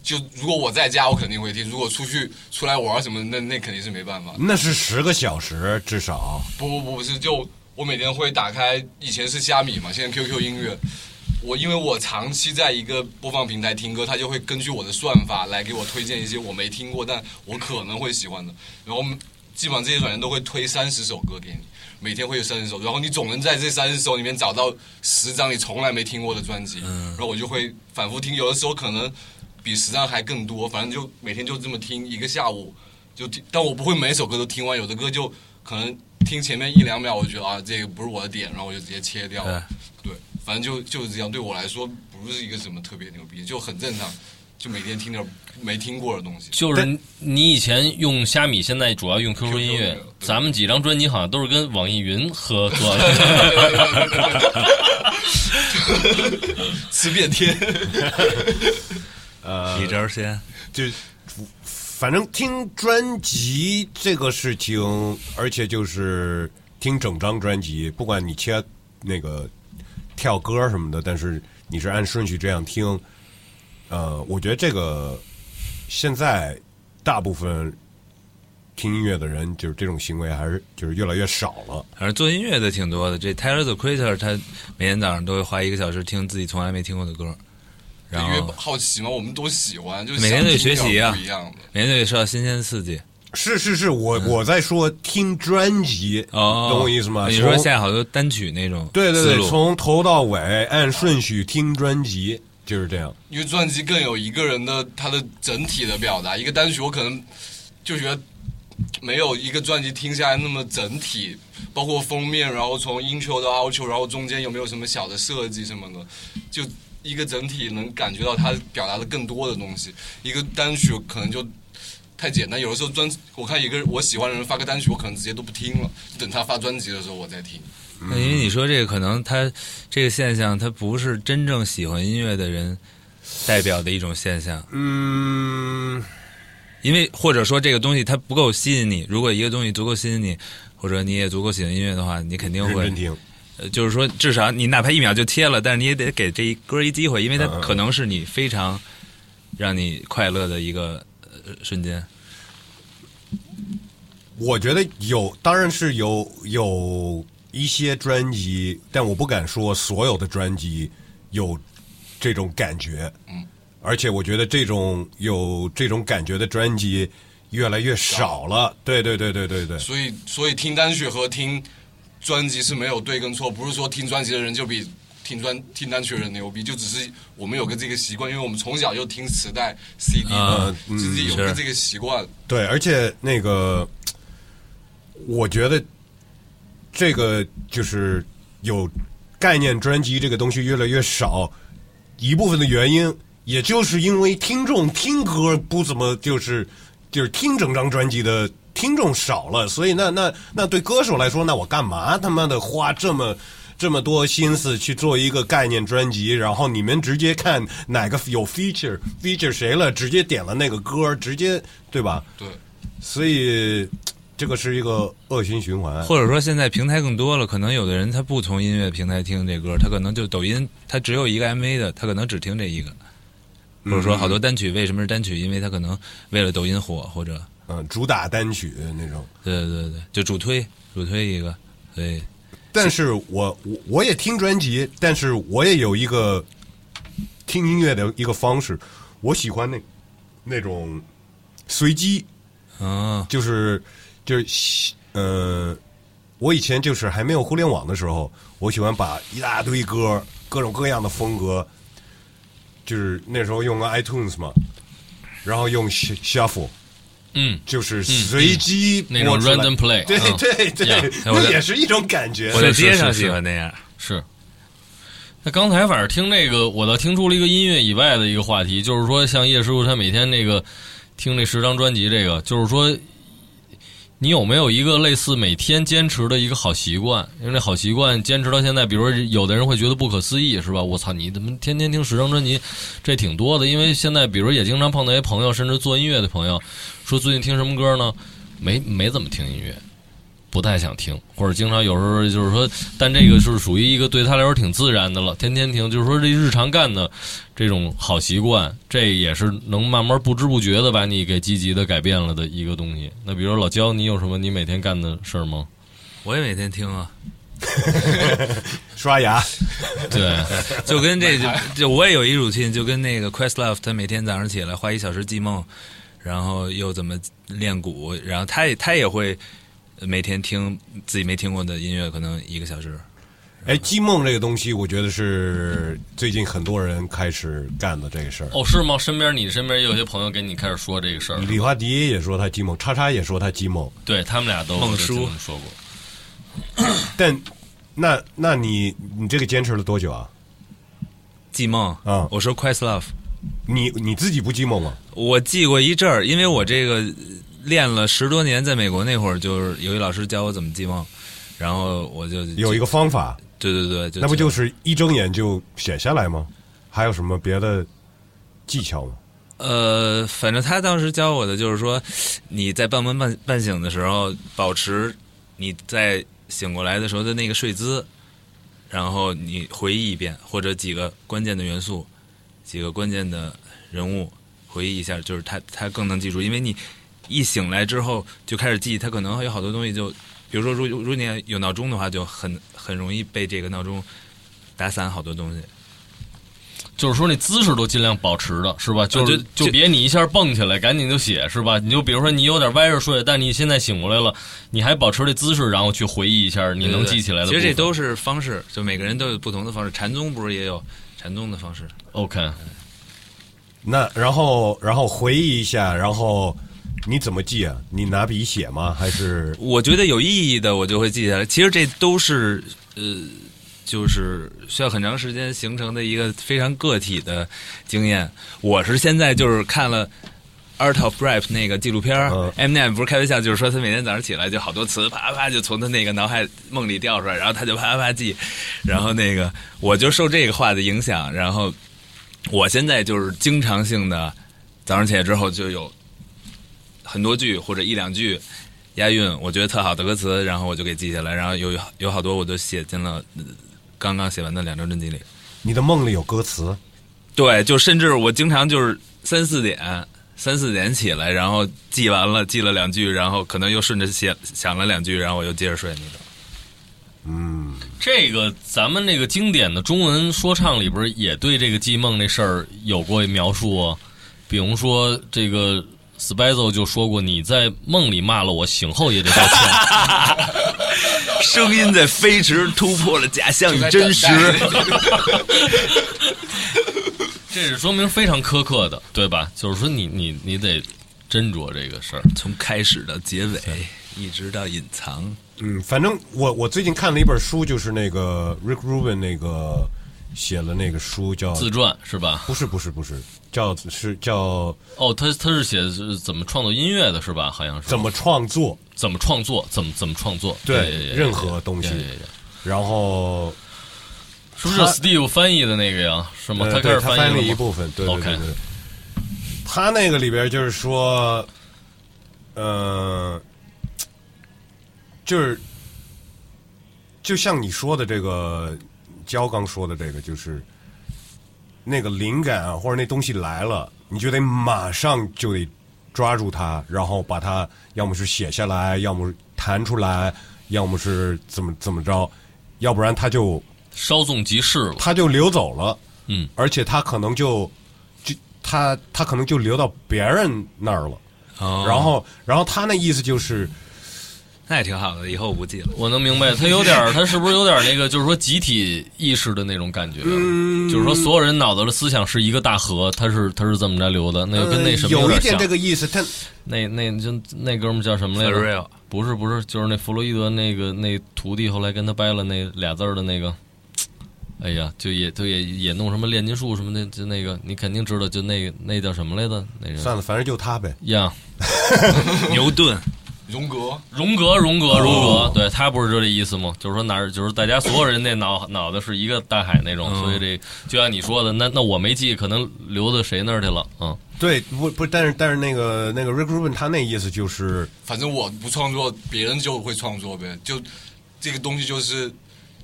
就如果我在家，我肯定会听；如果出去出来玩什么，那那肯定是没办法。那是十个小时至少。不不不不是，就我每天会打开，以前是虾米嘛，现在 QQ 音乐。我因为我长期在一个播放平台听歌，它就会根据我的算法来给我推荐一些我没听过，但我可能会喜欢的。然后基本上这些软件都会推三十首歌给你，每天会有三十首，然后你总能在这三十首里面找到十张你从来没听过的专辑。然后我就会反复听，有的时候可能比十张还更多，反正就每天就这么听一个下午，就听。但我不会每首歌都听完，有的歌就可能听前面一两秒，我就觉得啊这个不是我的点，然后我就直接切掉嗯了。对，反正就就是这样。对我来说，不是一个什么特别牛逼，就很正常，就每天听点没听过的东西。就是你以前用虾米，现在主要用 QQ 音乐 QQ 音乐。对咱们几张专辑好像都是跟网易云合作对的。对对对对对吃遍 天，呃一招鲜，就反正听专辑这个事情，而且就是听整张专辑，不管你切那个跳歌什么的，但是你是按顺序这样听，呃，我觉得这个现在大部分听音乐的人，就是这种行为还是就是越来越少了。反正做音乐的挺多的。这 Taylor the Creator 他每天早上都会花一个小时听自己从来没听过的歌，然因为后好奇嘛，我们都喜欢，就是每天都得学习啊，啊不一样的。每天都得受到新鲜刺激。是是是，我我在说听专辑，哦，懂我意思吗？你说从现在好多单曲那种对对思对，路从头到尾按顺序听专辑，就是这样。因为专辑更有一个人的他的整体的表达，一个单曲我可能就觉得没有一个专辑听下来那么整体，包括封面，然后从 intro 到 outro，然后中间有没有什么小的设计什么的，就一个整体能感觉到他表达的更多的东西。一个单曲可能就太简单，有的时候专我看一个我喜欢的人发个单曲，我可能直接都不听了，等他发专辑的时候我再听。那因为你说这个，可能他这个现象，他不是真正喜欢音乐的人代表的一种现象，嗯，因为或者说这个东西它不够吸引你。如果一个东西足够吸引你，或者你也足够喜欢音乐的话，你肯定认会真，听。呃就是说至少你哪怕一秒就切了，但是你也得给这一歌一机会，因为它嗯嗯嗯可能是你非常让你快乐的一个呃瞬间。我觉得有，当然是有有一些专辑，但我不敢说所有的专辑有这种感觉。嗯，而且我觉得这种有这种感觉的专辑越来越少了。对对对对对对，所以，所以听单曲和听专辑是没有对跟错，不是说听专辑的人就比听专听单曲的人牛逼，就只是我们有个这个习惯，因为我们从小就听磁带、CD，、啊嗯自己有个是这个习惯。对，而且那个，我觉得这个就是有概念专辑这个东西越来越少，一部分的原因，也就是因为听众听歌不怎么就是就是听整张专辑的听众少了，所以那那那对歌手来说，那我干嘛他妈的花这么。这么多心思去做一个概念专辑，然后你们直接看哪个有 feature feature 谁了，直接点了那个歌，直接对吧？对，所以这个是一个恶性循环。或者说现在平台更多了，可能有的人他不从音乐平台听这歌，他可能就抖音，他只有一个 MV 的，他可能只听这一个。或者说好多单曲为什么是单曲？因为他可能为了抖音火，或者嗯，主打单曲那种。对对对，就主推主推一个，所以但是我我我也听专辑，但是我也有一个听音乐的一个方式，我喜欢那那种随机，嗯就是就是呃，我以前就是还没有互联网的时候，我喜欢把一大堆歌，各种各样的风格，就是那时候用个 iTunes 嘛，然后用 shu- shuffle，嗯，就是随机那播种出来 random play，对嗯对对 Yeah，，那也是一种感觉我。在是街是上是喜欢那样。是。那刚才反正听这个，我倒听出了一个音乐以外的一个话题，就是说，像叶师傅他每天那个听那十张专辑，这个就是说，你有没有一个类似每天坚持的一个好习惯？因为那好习惯坚持到现在，比如说有的人会觉得不可思议，是吧？我操，你怎么天天听十张专辑，这挺多的。因为现在，比如也经常碰到一些朋友，甚至做音乐的朋友，说最近听什么歌呢？没没怎么听音乐，不太想听，或者经常有时候就是说，但这个是属于一个对他来说挺自然的了，天天听，就是说这日常干的这种好习惯，这也是能慢慢不知不觉的把你给积极的改变了的一个东西。那比如说老焦，你有什么你每天干的事儿吗？我也每天听啊，刷牙，对，就跟这就就我也有一乳沁，就跟那个 Questlove，他每天早上起来花一小时记梦，然后又怎么练鼓，然后他也他也会每天听自己没听过的音乐，可能一个小时。哎，记梦这个东西，我觉得是最近很多人开始干的这个事儿。 哦，是吗？身边你身边也有些朋友跟你开始说这个事儿，李华迪也说他记梦，叉叉也说他记梦，对他们俩都孟叔都这么说过。但那那你你这个坚持了多久啊？记梦啊我说 Questlove，你你自己不啊寂寞吗？我记过一阵儿，因为我这个练了十多年，在美国那会儿，就是有一老师教我怎么记梦，然后我就有一个方法，对对对，就那不就是一睁眼就写下来吗？还有什么别的技巧吗？呃，反正他当时教我的就是说，你在半梦半半醒的时候，保持你在醒过来的时候的那个睡姿，然后你回忆一遍或者几个关键的元素，几个关键的人物回忆一下，就是他他更能记住，因为你一醒来之后就开始记，他可能有好多东西就，比如说如如果你有闹钟的话，就很很容易被这个闹钟打散好多东西。就是说，那姿势都尽量保持的，是吧？就是呃就就别你一下蹦起来，赶紧就写，是吧？你就比如说你有点歪着睡，但你现在醒过来了，你还保持这姿势，然后去回忆一下你对能对记起来的部其分。实这都是方式，就每个人都有不同的方式。禅宗不是也有禅宗的方式？ OK。那然后然后回忆一下，然后你怎么记啊？你拿笔写吗？还是我觉得有意义的，我就会记下来。其实这都是呃，就是需要很长时间形成的一个非常个体的经验。我是现在就是看了。Art of Rap 那个纪录片儿嗯，Eminem 不是开玩笑，就是说他每天早上起来就好多词，啪啪啪就从他那个脑海梦里掉出来，然后他就啪啪啪记，然后那个我就受这个话的影响，然后我现在就是经常性的早上起来之后就有很多句或者一两句押韵，我觉得特好的歌词，然后我就给记下来，然后有有好多我都写进了呃刚刚写完的两张专辑里。你的梦里有歌词？对，就甚至我经常就是三四点。三四点起来，然后记完了，记了两句，然后可能又顺着写想了两句，然后我又接着睡那种。这个咱们那个经典的中文说唱里边也对这个记梦这事儿有过描述啊，比如说这个 Spizo 就说过，你在梦里骂了我，醒后也得道 歉。声音在飞驰，突破了假象与在真实。等待这是说明非常苛刻的，对吧？就是说你你你得斟酌这个事儿。从开始到结尾，一直到隐藏。嗯，反正我我最近看了一本书，就是那个 Rick Rubin 那个写了那个书叫自传是吧？不是不是不是叫是叫哦，他他是写是怎么创作音乐的是吧？好像是怎么创作？怎么创作，怎么怎么创作，对也也也任何东西也也也然后是不是他 Steve 翻译的那个呀？是吗？呃他开对始他翻译了一吗部分，对对 OK 对对。他那个里边就是说，呃，就是就像你说的这个，焦刚说的这个，就是那个灵感啊，或者那东西来了，你就得马上就得抓住它，然后把它要么是写下来，要么是弹出来，要么是怎么怎么着，要不然它就稍纵即逝了。他就流走了，嗯，而且他可能就就他他可能就流到别人那儿了，哦然后，然后他那意思就是，那也挺好的，以后不记 了。我能明白，他有点 儿，他是不是有点儿那个，就是说集体意识的那种感觉？嗯就是说所有人脑子的思想是一个大河，他是他是这么着流的，那个呃跟那什么呃有一点点像。这个意思，他那那就那哥们儿叫什么来 For 着？ real 不是不是，就是那弗洛伊德那个那徒弟，后来跟他掰了那俩字儿的那个。哎呀，就也就也也弄什么炼金术什么的，就那个你肯定知道，就那个那叫什么来着？那人算了，反正就他呗。呀，牛顿，荣格荣格，荣格，荣哦格，对他不是就这意思吗？就是说哪儿，就是大家所有人那脑脑袋是一个大海那种，嗯所以这就像你说的，那那我没记，可能留到谁那儿去了，嗯，对，不不，但是但是那个那个 Rick Rubin 他那意思就是，反正我不创作，别人就会创作呗。就这个东西就是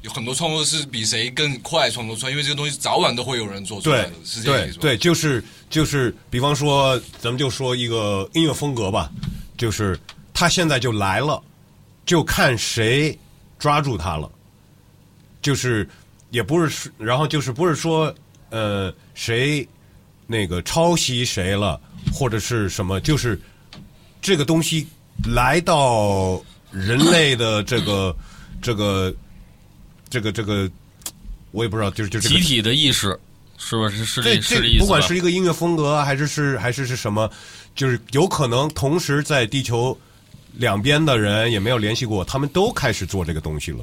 有很多创作是比谁更快创作出来，因为这个东西早晚都会有人做出来对的，是这个对意思吧。对，就是就是，比方说，咱们就说一个音乐风格吧，就是他现在就来了，就看谁抓住他了。就是也不是说，然后就是不是说呃谁那个抄袭谁了，或者是什么，就是这个东西来到人类的这个这个这个这个，我也不知道，就是就是、这集个、体的意识是不是是这这是这意思吧？不管是一个音乐风格啊还是是还是是什么，就是有可能同时在地球两边的人也没有联系过，他们都开始做这个东西了。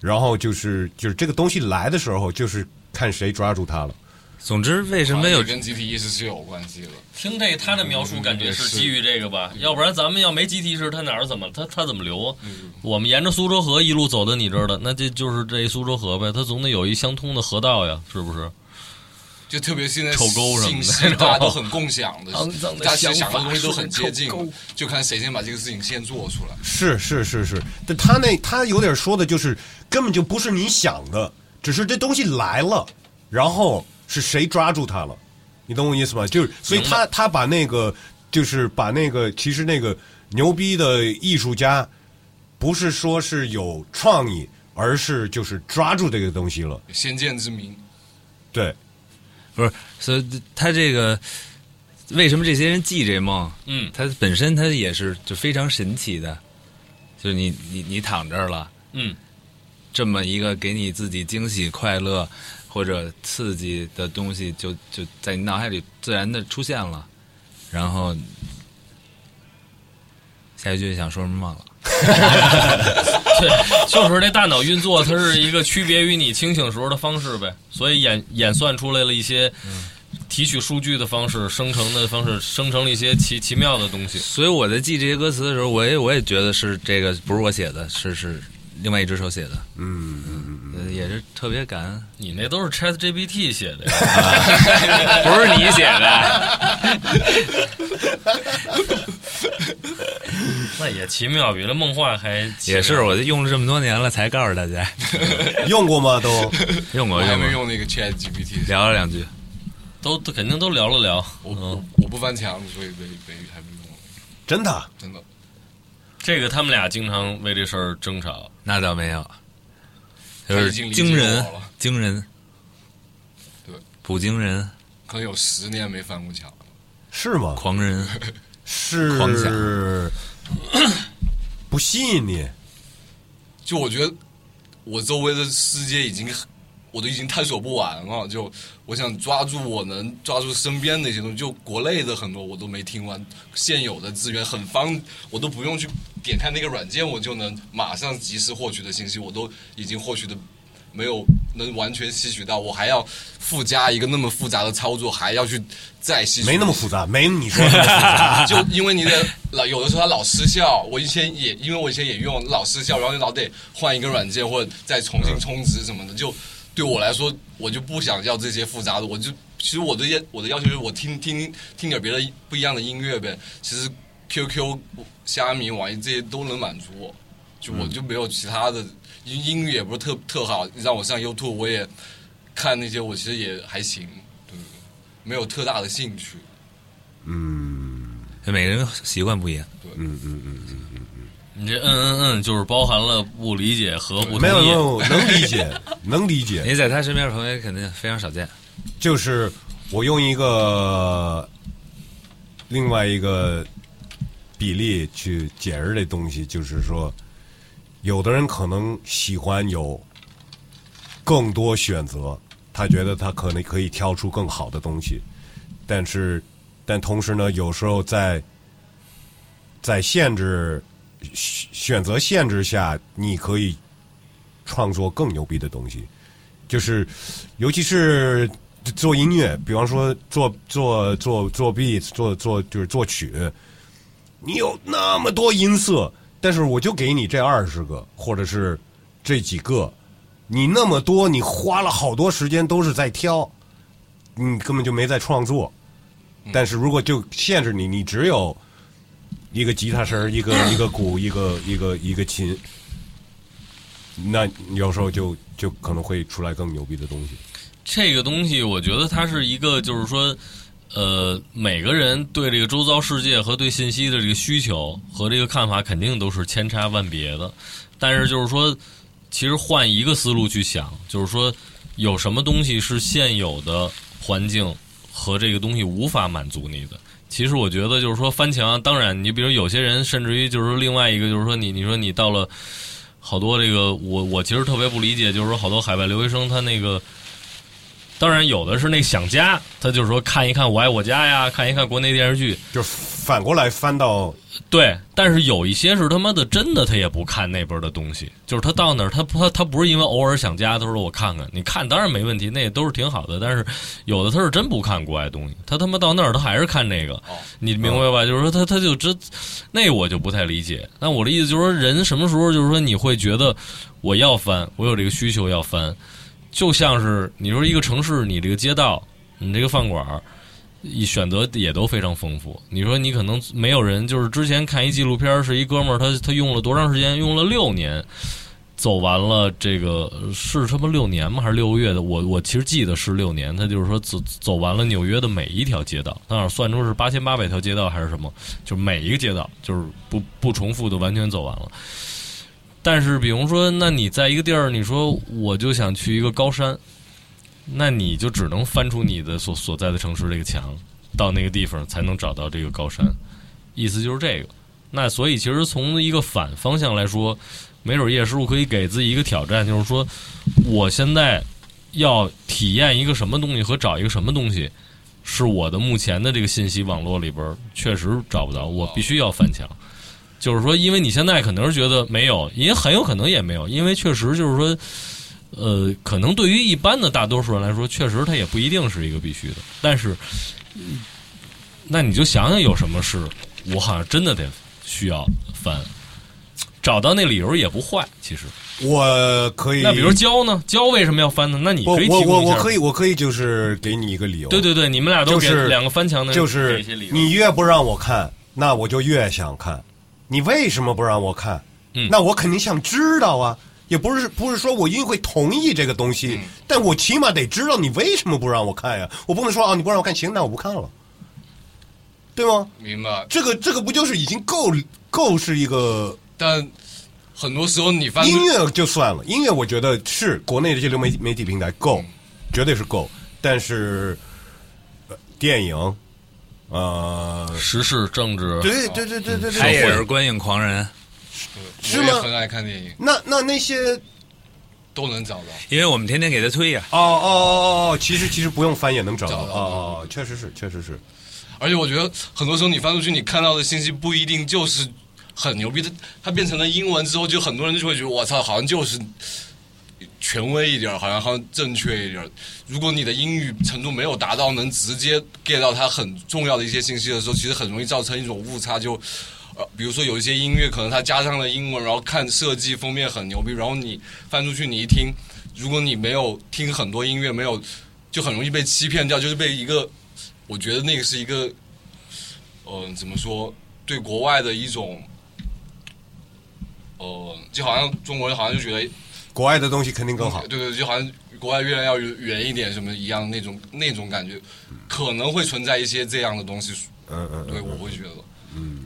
然后就是就是这个东西来的时候，就是看谁抓住它了。总之为什啊么有也跟集体意识是有关系的。听这他的描嗯述，感觉是基于这个吧？要不然咱们要没集体意识，他哪儿怎么他他怎么流啊？我们沿着苏州河一路走到你这儿的，那这就是这苏州河呗，它总得有一相通的河道呀，是不是？就特别现在臭沟什么的信息大家都很共享的肮脏，的大家其实想想法的东西都很接近是臭沟，就看谁先把这个事情先做出来。是是是是，但他那他有点说的就是根本就不是你想的，只是这东西来了，然后是谁抓住它了，你懂我意思吗？就是所以他他把那个就是把那个其实那个牛逼的艺术家，不是说是有创意，而是就是抓住这个东西了。先见之明，对，不是？所以他这个为什么这些人记这梦？嗯它本身它也是就非常神奇的，就是你你你躺这儿了，嗯，这么一个给你自己惊喜、快乐或者刺激的东西就，就在你脑海里自然的出现了，然后下一句想说什么忘了。对，就是这大脑运作，它是一个区别于你清醒时候的方式呗，所以演演算出来了一些提取数据的方式、生成的方式，生成了一些奇奇妙的东西。所以我在记这些歌词的时候，我也我也觉得是这个不是我写的，是是另外一只手写的，嗯嗯嗯，呃也是特别感恩。你那都是 Chat GPT 写的呀。 不是你写的，那也奇妙，比这梦话还奇妙也是我用了这么多年了，才告诉大家用过吗？ 都用我过还用没过，用那个 Chat GPT，聊了两句。都都肯定都聊了聊。我我我不翻墙，所以没没还没用，真的真的。这个他们俩经常为这事儿争吵。那倒没有，就他是已经理解惊人我了，惊人，对，普京人，可能有十年没翻过墙，是吗？狂人，狂想是 不吸引你。就我觉得我周围的世界已经很我都已经探索不完了，就我想抓住我能抓住身边的一些东西，就国内的很多我都没听完，现有的资源很方，我都不用去点开那个软件，我就能马上及时获取的信息，我都已经获取的没有能完全吸取到，我还要附加一个那么复杂的操作，还要去再吸取，没那么复杂，没你说的 那么复杂。 就因为你的老有的时候它老失效，我以前也因为我以前也用老失效，然后就老得换一个软件或者再重新充值什么的， 就对我来说我就不想要这些复杂的，我就其实我的要我的要求就是我听听听点别的不一样的音乐呗，其实 QQ、虾米、网易这些都能满足我，就我就没有其他的音音乐也不是特特好，让我上 YouTube 我也看那些我其实也还行，对，没有特大的兴趣。嗯每个人习惯不一样。你这嗯嗯嗯，就是包含了不理解和不同意。没哎有没有，能理解，能理 解。你在他身边的朋友也肯定非常少见。就是我用一个另外一个比例去解释这东西，就是说，有的人可能喜欢有更多选择，他觉得他可能可以挑出更好的东西，但是，但同时呢，有时候在在限制选选择限制下，你可以创作更牛逼的东西，就是尤其是做音乐，比方说做做做做 beat，做做就是作曲，你有那么多音色，但是我就给你这二十个，或者是这几个，你那么多，你花了好多时间都是在挑，你根本就没在创作。但是如果就限制你，你只有一个吉他声儿，一个一个鼓，一个一个一个琴，那有时候就就可能会出来更牛逼的东西。这个东西，我觉得它是一个，就是说，呃，每个人对这个周遭世界和对信息的这个需求和这个看法，肯定都是千差万别的。但是就是说，其实换一个思路去想，就是说，有什么东西是现有的环境和这个东西无法满足你的？其实我觉得就是说翻墙，当然你比如有些人，甚至于就是说另外一个就是说你你说你到了好多这个我我其实特别不理解，就是说好多海外留学生他那个。当然，有的是那想家，他就是说看一看《我爱我家》呀，看一看国内电视剧，就反过来翻到对，但是有一些是他妈的真的，他也不看那边的东西，就是他到那儿，他不他他不是因为偶尔想家，他说我看看，你看当然没问题，那也都是挺好的，但是有的他是真不看国外东西，他他妈到那儿他还是看那个，你明白吧？就是说他他就真，那我就不太理解。但我的意思就是说，人什么时候就是说你会觉得我要翻，我有这个需求要翻，就像是你说一个城市，你这个街道，你这个饭馆儿。一选择也都非常丰富。你说你可能没有人，就是之前看一纪录片儿，是一哥们儿，他他用了多长时间？用了六年，走完了这个是他妈六年吗？还是六个月的？我我其实记得是六年。他就是说走走完了纽约的每一条街道，他好像算出是八千八百条街道还是什么，就是每一个街道就是不不重复的完全走完了。但是比如说，那你在一个地儿，你说我就想去一个高山，那你就只能翻出你的所所在的城市这个墙，到那个地方才能找到这个高山。意思就是这个。那所以其实从一个反方向来说，没准叶师傅可以给自己一个挑战，就是说我现在要体验一个什么东西和找一个什么东西，是我的目前的这个信息网络里边确实找不到，我必须要翻墙。就是说，因为你现在可能是觉得没有，也很有可能也没有，因为确实就是说。呃，可能对于一般的大多数人来说，确实它也不一定是一个必须的。但是，嗯那你就想想有什么事，我好像真的得需要翻，找到那理由也不坏。其实，我可以，那比如胶呢？胶为什么要翻呢？那你我可以提我我供一下。我可以我可以就是给你一个理由，对对对，你们俩都给就是两个翻墙的人就是给一些理由你越不让我看，那我就越想看。你为什么不让我看？嗯那我肯定想知道啊。也不是不是说我一定会同意这个东西，嗯但我起码得知道你为什么不让我看呀。我不能说啊，你不让我看，行，那我不看了，对吗？明白。这个这个不就是已经够够是一个但很多时候你翻音乐就算了，音乐我觉得是国内的这流媒媒体平台够，绝对是够。但是、呃电影，呃，时事政治，对对对对对他对，也是观影狂人，是我吗也很爱看电影，那那那些都能找到。因为我们天天给他推呀、哦哦哦哦，其实其实不用翻也能找到，找到哦哦，确实是确实是，而且我觉得很多时候你翻出去，你看到的信息不一定就是很牛逼的，它变成了英文之后，就很多人就会觉得我操，好像就是权威一点儿，好像好像正确一点儿。如果你的英语程度没有达到能直接 get 到它很重要的一些信息的时候，其实很容易造成一种误差，就。呃，比如说有一些音乐，可能它加上了英文，然后看设计封面很牛逼，然后你翻出去你一听，如果你没有听很多音乐，没有就很容易被欺骗掉，就是被一个我觉得那个是一个，嗯、怎么说，对国外的一种，呃，就好像中国人好像就觉得，国外的东西肯定更好。对对，就好像国外月亮要圆一点什么一样那种那种感觉，可能会存在一些这样的东西，嗯嗯对嗯，我会觉得，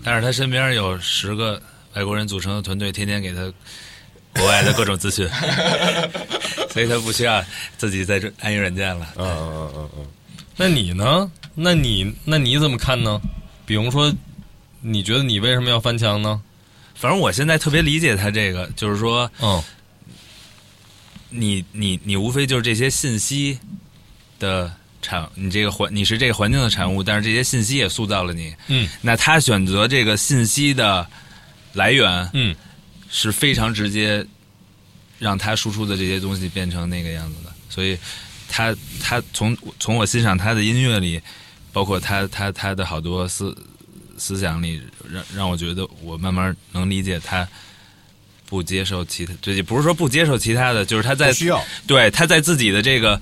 但是他身边有十个外国人组成的团队，天天给他国外的各种资讯，所以他不需要自己在这安于软件了。嗯嗯嗯嗯嗯，那你呢？那你那你怎么看呢？比如说，你觉得你为什么要翻墙呢？反正我现在特别理解他这个，就是说嗯你你你无非就是这些信息的产，你这个环你是这个环境的产物，但是这些信息也塑造了你。嗯那他选择这个信息的来源嗯，是非常直接，让他输出的这些东西变成那个样子的。所以他他从从我欣赏他的音乐里，包括他他他的好多思思想里，让让我觉得我慢慢能理解他。不接受其他，这也不是说不接受其他的，就是他在不需要。对，他在自己的这个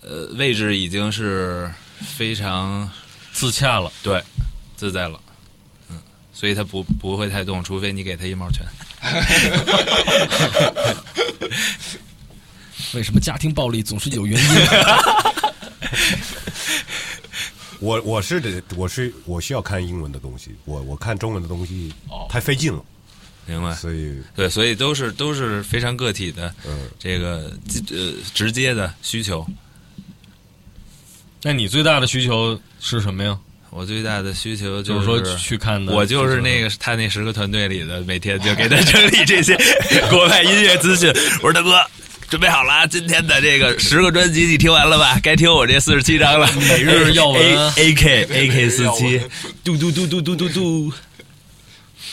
呃位置已经是非常自洽了。对自在了，嗯，所以他不不会太动，除非你给他一毛钱。为什么家庭暴力总是有原因？我我是得我是我需要看英文的东西，我我看中文的东西太费劲了，明白，所以对，所以都是都是非常个体的，嗯这个呃直接的需求。 那你最大的需求是什么呀？我最大的需求就是是说去看的，我就是那个他那十个团队里的，每天就给他整理这 些国外音乐资讯。我说大哥，准备好了啊，今天的这个十个专辑你听完了吧？该听我这四十七张了。每日要闻啊 A K A K 四每日七要闻， 嘟嘟嘟嘟嘟嘟嘟。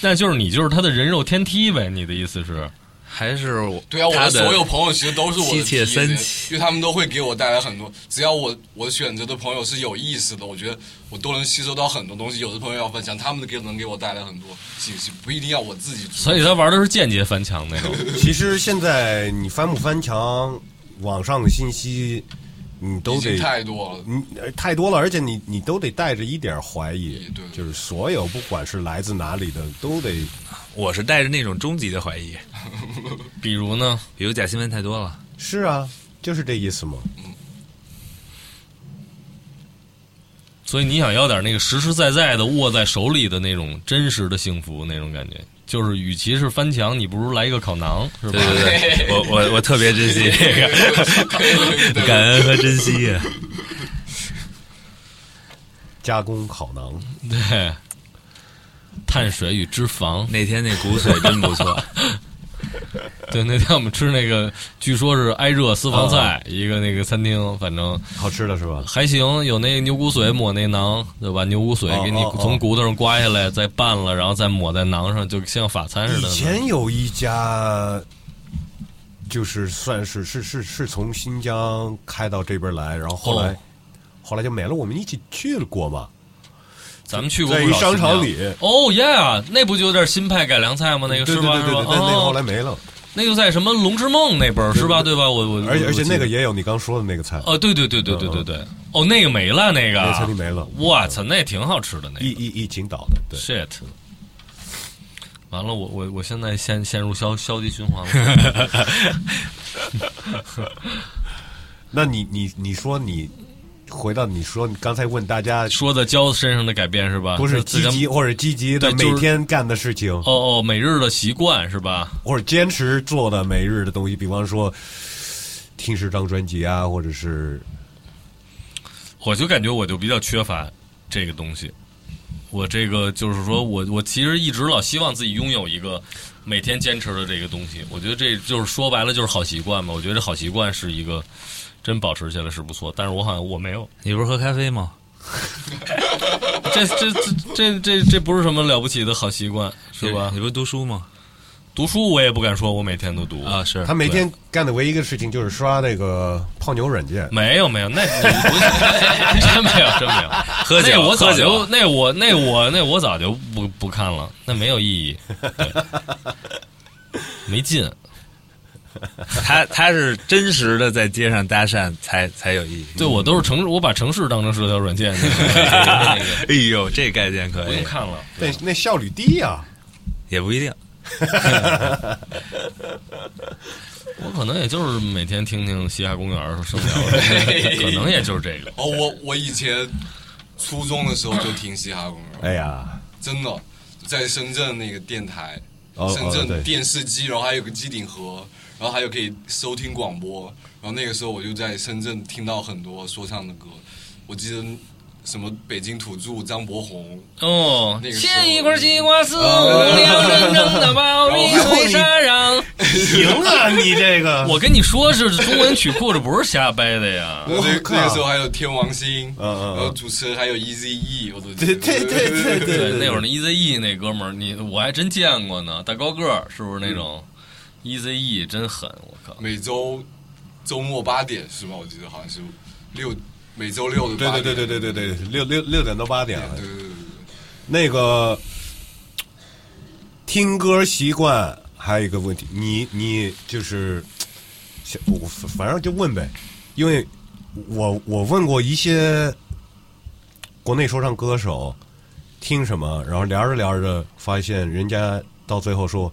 那就是你就是他的人肉天梯呗？你的意思是？还是我对啊，我他的所有朋友其实都是我的妻妾 TA 三妻因为他们都会给我带来很多。只要我我选择的朋友是有意思的，我觉得我都能吸收到很多东西。有的朋友要分享，他们给能给我带来很多信息，不一定要我自己。所以他玩的是间接翻墙那种。 其实现在你翻不翻墙，网上的信息你都已经得太多了。你呃太多了，而且你你都得带着一点怀疑对对，就是所有不管是来自哪里的，都得我是带着那种终极的怀疑，比如呢？比如假新闻太多了。是啊，就是这意思嘛。所以你想要点那个实实在在的握在手里的那种真实的幸福那种感觉，就是与其是翻墙，你不如来一个烤馕，是吧对？对 对，我我我特别珍惜这 个，感对恩和珍惜啊。加工烤馕，对，碳水与脂肪。 那天那骨髓真不错， 对，那天我们吃那个，据说是挨热私房啊菜，一个那个餐厅，反正好吃的是吧？还行，有那牛骨髓抹那馕，对吧？牛骨髓哦给你哦哦从骨头上刮下来，再拌了，然后再抹在馕上，就像法餐似以的。前有一家，就是算是是是是从新疆开到这边来，然后后来、哦后来就没了。我们一起去了过嘛，咱们去过在不一少商场新疆。里，哦耶那不就有点新派改良菜吗？那个对是对吧？对是对吧？对，但那个后哦，来没了。那就在什么《龙之梦》那边儿是吧？对吧？我我而且我而且记那个得也有你刚说的那个菜，哦，对对对对对对对，哦，那个没了，那那个餐厅个，没了，我操，那也挺好吃的那个一。一一青岛的，对。 shit，完了，我我我现在陷陷入消消极循环了。 那你你你说你回到你说你刚才问大家说的胶身上的改变是吧？不是自积然极或者积极的对就每是天干的事情，哦哦，每日的习惯是吧？或者坚持做的每日的东西，比方说听十张专辑啊，或者是我就感觉我就比较缺乏这个东西。我这个就是说嗯我我其实一直老希望自己拥有一个每天坚持的这个东西。我觉得这就是说白了就是好习惯嘛。我觉得这好习惯是一个真保持下来是不错，但是我好像我没有。你不是喝咖啡吗？这这这这这这不是什么了不起的好习惯是吧你？不是读书吗？读书我也不敢说我每天都读啊，是他每天干的唯一一个事情就是刷那个泡妞软件。没有没有，那你不是 真没有真没有。喝酒，那我早喝就酒，那我那我那我早就不不看了，那没有意义，对没劲。他他是真实的在街上搭讪才才有意义。对我都是城市，我把城市当成社交软件， 那哎个呦，这概念可不用以，看了。但那效率低啊呀、也不一定。我可能也就是每天听听西海公园声聊，可能也就是这个。哦，我我以前初中的时候就听嘻哈公园，哎 呀，真的，在深圳那个电台，哦深哦对圳电视机，然后还有个机顶盒，然后还有可以收听广播。然后那个时候我就在深圳听到很多说唱的歌，我记得什么北京土著张伯宏，哦那，个时候切一块西瓜丝，无聊人扔的包里堆沙瓤。行啊，你这个我跟你说，是中文曲库，这不是瞎掰的呀。那那靠个时候还有天王星，哦嗯嗯嗯然后主持人还有 E Z E，我都记对得对对对对对，对，那会儿那 E Z E 那哥们儿，你我还真见过呢，大高个儿，是不是那嗯种 E Z E 真狠，我靠！每周周末八点是吗？我记得好像是六每周六的对八对点，对对对对对，六六六点到八点了对对对对那个听歌习惯还有一个问题，你你就是，想我反正就问呗，因为我我问过一些国内说唱歌手听什么，然后聊着聊着发现人家到最后说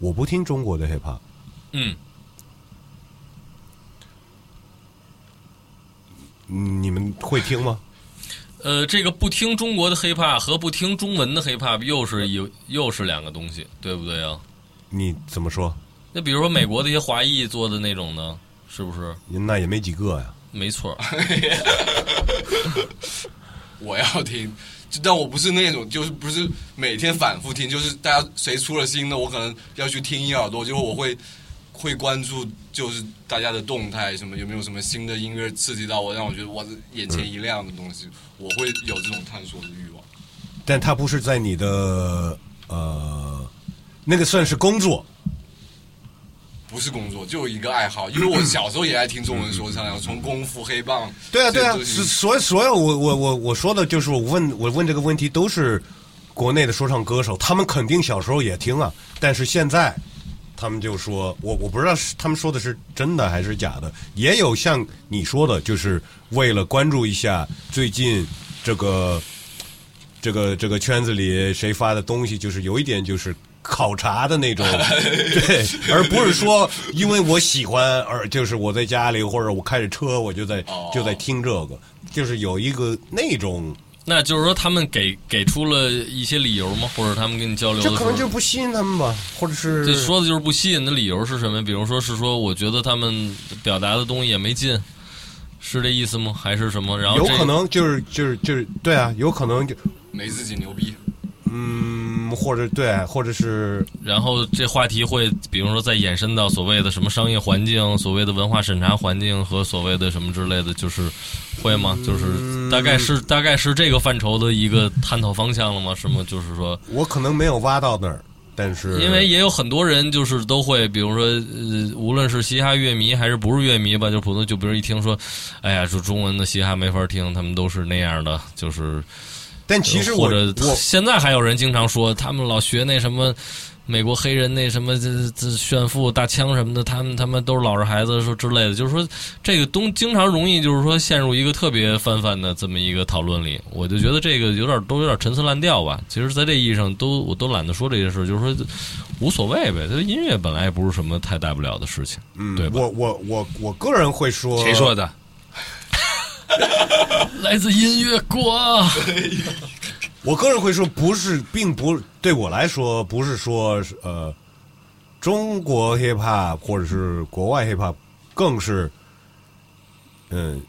我不听中国的 hiphop，嗯，你们会听吗？呃，这个不听中国的 hiphop 和不听中文的 hiphop 又是一又是两个东西，对不对啊？你怎么说？那比如说美国的一些华裔做的那种呢，是不是？那也没几个呀。没错儿， 我要听，就但我不是那种，就是不是每天反复听，就是大家谁出了新的，我可能要去听一耳朵，就是我会会关注，就是大家的动态，什么有没有什么新的音乐刺激到我，让我觉得哇，这眼前一亮的东西，我会有这种探索的欲望。但他不是在你的呃，那个算是工作，不是工作，就一个爱好，因为我小时候也爱听中文说唱，然后从功夫、黑棒，对啊，对啊这，所些东西所所有我我我我说的就是我问我问这个问题都是国内的说唱歌手，他们肯定小时候也听啊，但是现在他们就说我我不知道是他们说的是真的还是假的，也有像你说的，就是为了关注一下最近这个这个这个圈子里谁发的东西，就是有一点就是。考察的 那种，对，而不是说因为我喜欢，而就是我在家里或者我开着车，我就在哦就在听这个，就是有一个那种，那就是说他们给给出了一些理由吗？或者他们跟你交流这的时可能候就，是不吸引他们吧，或者是这说的就是不吸引的理由是什么？比如说是说我觉得他们表达的东西也没劲，是这意思吗？还是什么？然后有这可能就是就是就是对啊，有可能就没自己牛逼。嗯，或者对，或者是然后这话题会，比如说再延伸到所谓的什么商业环境、所谓的文化审查环境和所谓的什么之类的，就是会吗？就是大概是大概是这个范畴的一个探讨方向了吗？什么就是说，我可能没有挖到那儿，但是因为也有很多人就是都会，比如说呃，无论是嘻哈乐迷还是不是乐迷吧，就普通就比如一听说，哎呀，说中文的嘻哈没法听，他们都是那样的，就是但其实我或者我现在还有人经常说，他们老学那什么美国黑人那什么这这炫富大枪什么的，他们他们都是老实孩子说之类的，就是说这个东经常容易就是说陷入一个特别泛泛的这么一个讨论里，我就觉得这个有点都有点陈词滥调吧。其实，在这意义上都我都懒得说这些事，就是说无所谓呗。这音乐本来也不是什么太大不了的事情，嗯对吧？我我我我个人会说谁说的？ 来自音乐国，我个人会说，不是，并不对我来说，不是说呃，中国 hiphop 或者是国外 hiphop，更是嗯，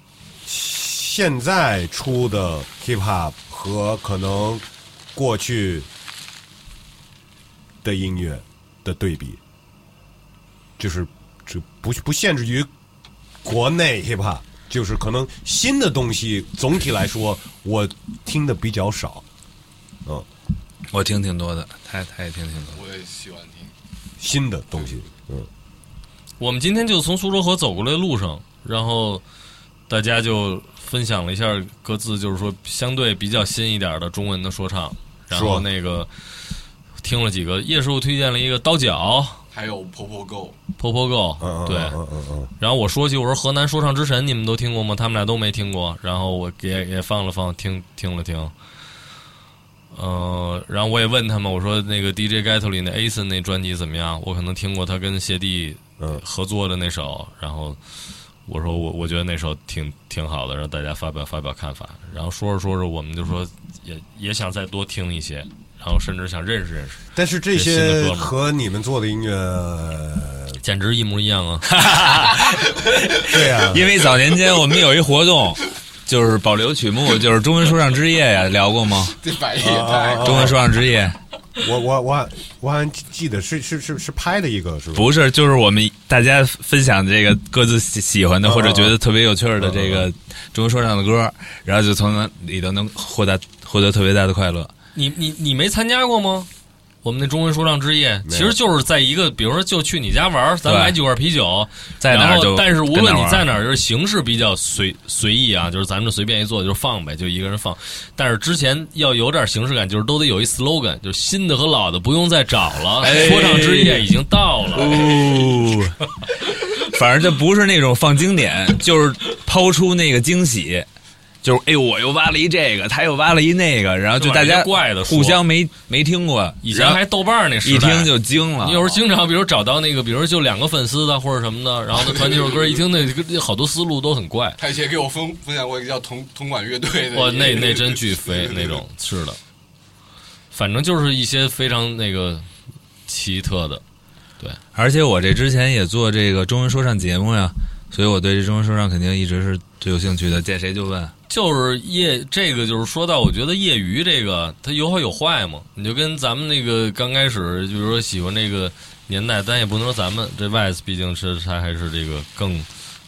现在出的 hiphop 和可能过去的音乐的对比，就是这不不限制于国内 hiphop，就是可能新的东西总体来说我听的比较少。我听挺多的，他他也听挺多的。我也喜欢听，新的东西。嗯，我们今天就从苏州河走过来的路上，然后大家就分享了一下各自就是说相对比较新一点的中文的说唱，然后是那个听了几个，叶师傅推荐了一个刀绞。还有婆婆 Go，婆婆 go，嗯嗯，对，嗯嗯嗯然后我说起我说河南说唱之神，你们都听过吗？他们俩都没听过，然后我也也放了放，听听了听，呃，然后我也问他们，我说那个 DJ Ghetto 里那 Ason 那专辑怎么样？我可能听过他跟谢帝嗯合作的那首，然后我说我我觉得那首挺挺好的，让大家发表发表看法。然后说着说着，我们就说也也想再多听一些，然后甚至想认识认识， 但是这这新的些歌吗和你们做的 音乐，简 直一模一样啊！对啊，因为早年间我们有一活动，就是保留曲目，就是中文说唱之夜呀，聊过吗？这反应也太啊中文说唱之夜我我我我好像记得是是是是拍的一个是吧？不是，就是我们大家分享这个各自喜喜欢哦的或者觉得特别有趣儿的这个中文说唱的歌，然后就从那里头能获得获得特别大的快乐。你你你没参加过吗？我们那中文说唱之夜，没有其实就是在一个，比如说就去你家玩儿，咱对买几罐啤酒，在哪然儿后就但是无跟论哪你儿玩在哪儿，就是形式比较随随意啊，就是咱们就随便一做就放呗，就一个人放。但是之前要有点形式感，就是都得有一 slogan，就是新的和老的不用再找了，哎说唱之夜已经到了。哦， 反正就不是那种放经典，就是抛出那个惊喜，就是哎呦，我又挖了一这个，他又挖了一那个，然后就大就往家一些怪的说互相没没听过，以前还豆瓣儿那时代，一听就啊惊了。你有时候经常，比如找到那个，比如就两个粉丝的或者什么的，然后他传这首歌，一听那个好多思路都很怪。他以前给我分分享过一个叫同同管乐队的，哇，那那真巨肥那种，是的。反正就是一些非常那个奇特的，而且我这之前也做这个中文说唱节目呀，所以我对这中文说唱肯定一直是最有兴趣的，见谁就问。就是业这个就是说到，我觉得业余这个它有好有坏嘛。你就跟咱们那个刚开始，就是说喜欢这个年代，咱也不能说咱们这 Vice 毕竟是它还是这个更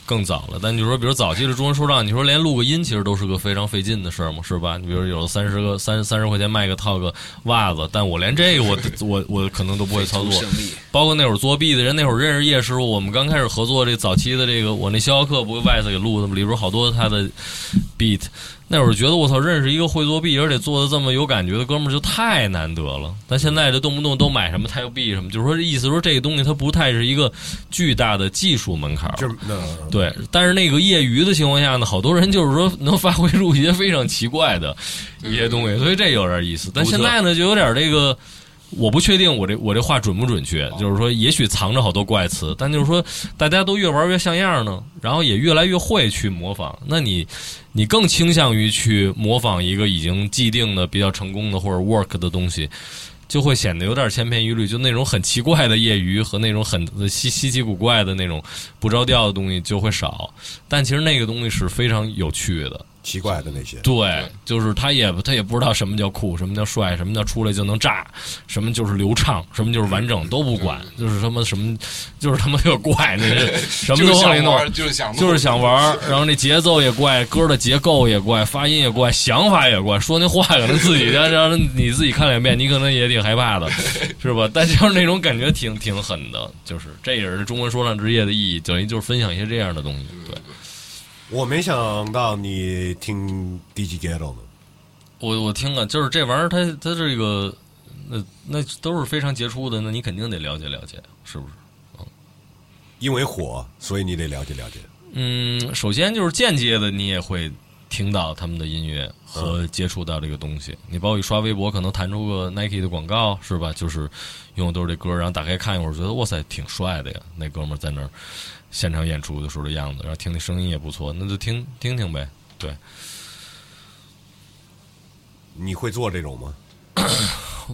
更早了。但你说，比如早期的中文说唱，你说连录个音其实都是个非常费劲的事儿嘛，是吧？你比如有三十个三三十块钱卖个套个袜子，但我连这个我我我可能都不会操作。包括那会儿作弊的人，那会儿认识叶师傅，我们刚开始合作这早期的这个，我那逍遥客不是 Vice 给录的吗？里边好多他的 beat。那会儿觉得我操，认识一个会作弊而且做的这么有感觉的哥们儿就太难得了。但现在这动不动都买什么 Type B 什么，就是说这意思说这个东西它不太是一个巨大的技术门槛儿。就是那对，但是那个业余的情况下呢，好多人就是说能发挥出一些非常奇怪的一些东西，所以这有点意思。但现在呢，就有点这个，我不确定我这我这话准不准确，就是说也许藏着好多怪词，但就是说大家都越玩越像样呢，然后也越来越会去模仿。那你你更倾向于去模仿一个已经既定的比较成功的或者 work 的东西，就会显得有点千篇一律，就那种很奇怪的业余和那种很呃稀稀奇古怪的那种不着调的东西就会少。但其实那个东西是非常有趣的，奇怪的那些，对，就是他也他也不知道什么叫酷，什么叫帅，什么叫出来就能炸，什么就是流畅，什么就是完嗯整都不管，就是他妈什么就是他妈有怪，那 是什么就是都往里想弄。玩，就是想弄就是想玩儿，然后那节奏也怪，歌的结构也怪，发音也怪，想法也怪，说那话可能自己让让你自己看两遍，你可能也挺害怕的，是吧？但就是那种感觉挺挺狠的，就是这也是中文说唱之夜的意义，等于就是分享一些这样的东西。对我没想到你听 DJ Ghetto 呢，我我听啊，就是这玩意儿，它它这个那那都是非常杰出的，那你肯定得了解了解，是不是？因为火，所以你得了解了解。嗯，首先就是间接的，你也会听到他们的音乐和接触到这个东西。你包括一刷微博，可能弹出个 Nike 的广告，是吧？就是用的都是这歌，然后打开看一会儿，觉得哇塞，挺帅的呀！那哥们儿在那儿现场演出的时候的样子，然后听那声音也不错，那就听听听呗。对，你会做这种吗？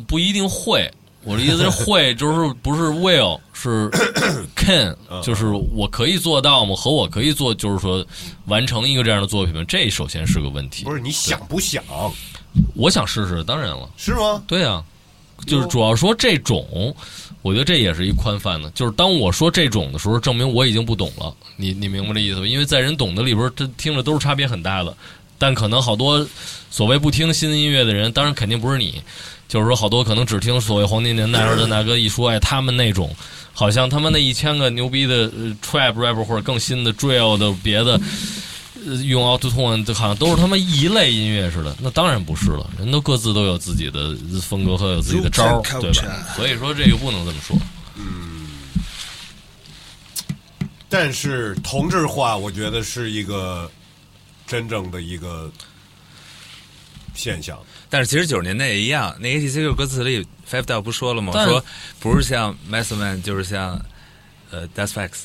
不一定会。我的意思是会， 就是不是 will，是 can，就是我可以做到吗？和我可以做，就是说完成一个这样的作品吗？这首先是个问题。不是你想不想我想试试，当然了，是吗？对啊，就是主要说这种，我觉得这也是一宽泛的，就是当我说这种的时候，证明我已经不懂了，你你明白这意思吧？因为在人懂的里边，这听着都是差别很大的，但可能好多所谓不听新音乐的人，当然肯定不是你，就是说好多可能只听所谓黄金年代或者那哥一说，哎，他们那种。好像他们那一千个牛逼的、呃、trap rapper 或者更新的 drill 的别的，呃用 auto tune 这好像都是他妈一类音乐似的，那当然不是了，人都各自都有自己的风格和有自己的招儿， Roots and 对吧？所以说这个不能这么说，但是同质化，我觉得是一个真正的一个现象。但是其实九十年代也一样，那 ATC 就是歌词里 Five d o 不说了吗？但说不是像 Method Man，就是像呃 Death Facts。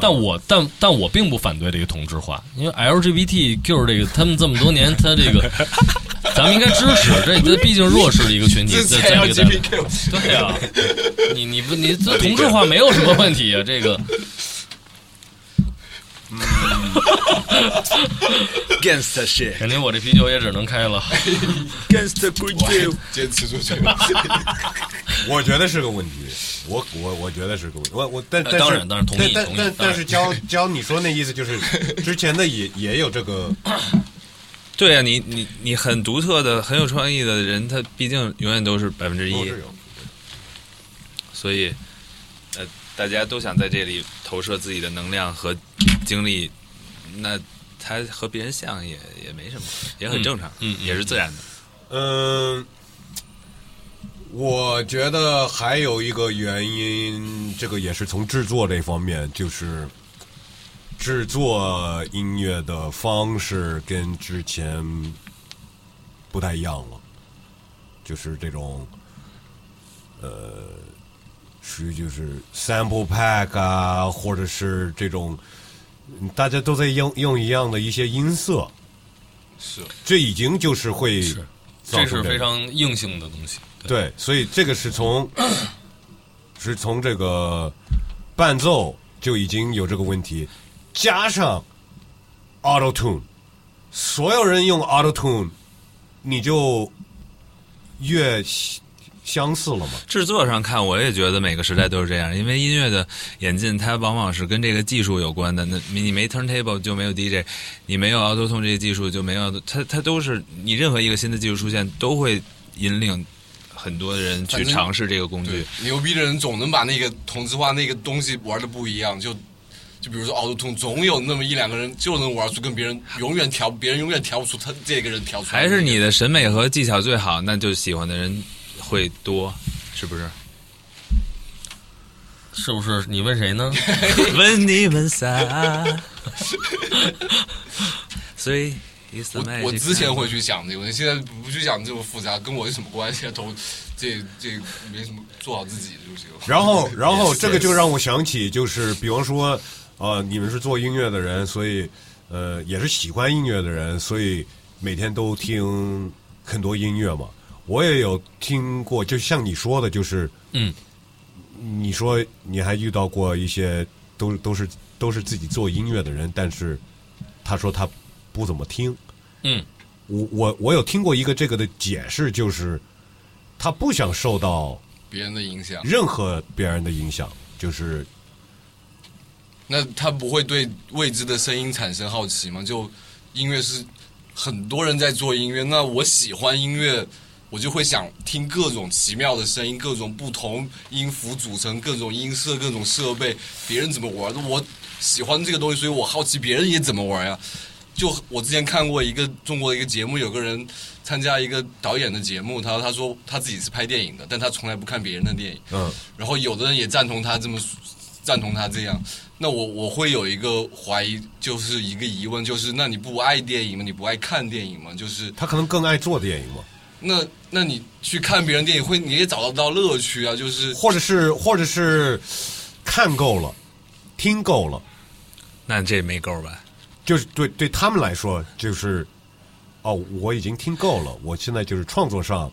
但我但但我并不反对这个同质化，因为 LGBTQ 这个他们这么多 年，他这个咱们应该支持，这这毕竟弱势的一个群体，这在才在叫这个单位 GPQ，对啊，你你不你 这同质化没有什么问题啊，这个。 Gangsta shit, 感觉我这啤酒也只能开 了。 gangsta good deal。坚持住去。 我觉得是个问题，我我我觉得是个问题，我我但呃但是当然当然同意但同但意但当然但是教教你说那意思就是，之前的也也有这 个，对啊，你你你很独特的、很有创意的人，他毕竟永远都是百分之都一是，有所以呃，大家都想在这里投射自己的能量和精力，那他和别人像也也没什么，也很正常，嗯嗯也是自然的。嗯，我觉得还有一个原因，这个也是从制作这方面，就是制作音乐的方式跟之前不太一样了，就是这种呃，属于就是 sample pack 啊，或者是这种大家都在用用一样的一些音色，是这已经就是会是造这成个是非常硬性的东西。对，对，所以这个是从是从这个伴奏就已经有这个问题，加上 Auto Tune，所有人用 Auto Tune，你就越相相似了嘛。制作上看，我也觉得每个时代都是这样，因为音乐的演进，它往往是跟这个技术有关的。那你没 turntable 就没有 DJ，你没有 auto tune 这些技术就没有，它它都是你任何一个新的技术出现，都会引领很多人去反正尝试这个工具 对。，牛逼的人总能把那个同质化那个东西玩的不一样，就就比如说哦 auto tune，总有那么一两个人就能玩出跟别人永远调，别人永远调不出他这个人调出来。还是你的审美和技巧最好，那就喜欢的人会多，是不是？是不是？你问谁呢？问你 们仨，所以 is the 我 magic 我之前会去想这个问题，现在不去想这么复杂，跟我有什么关系啊？都这这没什么，做好自己就行。然 后，然后这个就让我想起，就是比方说，呃，你们是做音乐的人，所以呃，也是喜欢音乐的人，所以每天都听很多音乐嘛。我也有听过，就像你说的，就是嗯，你说你还遇到过一些都都是都是自己做音乐的人，但是他说他不怎么听。嗯，我我我有听过一个这个的解释，就是他不想受到别人的影响，任何别人的影响，就是那他不会对未知的声音产生好奇吗？就音乐是很多人在做音乐，那我喜欢音乐，我就会想听各种奇妙的声音，各种不同音符组成，各种音色，各种设备，别人怎么玩的，我喜欢这个东西，所以我好奇别人也怎么玩啊呀。就我之前看过一个中国的一个节目，有个人参加一个导演的节目，他他说他自己是拍电影的，但他从来不看别人的电影。嗯，然后有的人也赞同他这么赞同他这样。那我我会有一个怀疑，就是一个疑问，就是那你不爱电影吗？你不爱看电影吗？就是他可能更爱做电影嘛，那那你去看别人电影会，你也找得到乐趣啊。就是或者是或者是看够了，听够了，那这没够吧？就是对对他们来说就是哦，我已经听够了，我现在就是创作上，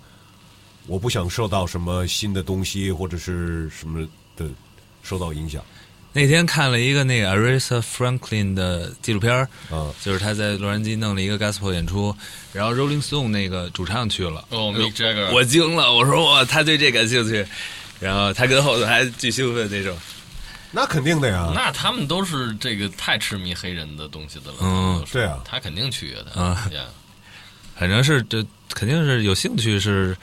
我不想受到什么新的东西或者是什么的受到影响，那天看了一个那个 Aretha Franklin 的纪录片儿嗯就是他在洛杉矶弄了一个 gospel 演出，然后 Rolling Stone 那个主唱去了， 哦，Mick Jagger，我惊了，我说哇，他对这感兴趣，然后他跟后头还巨兴奋那种，那肯定的呀， 那他们都是这个太痴迷黑人的东西的了。嗯都是对啊他肯定去啊，他啊 Yeah 反正是这肯定是有兴趣是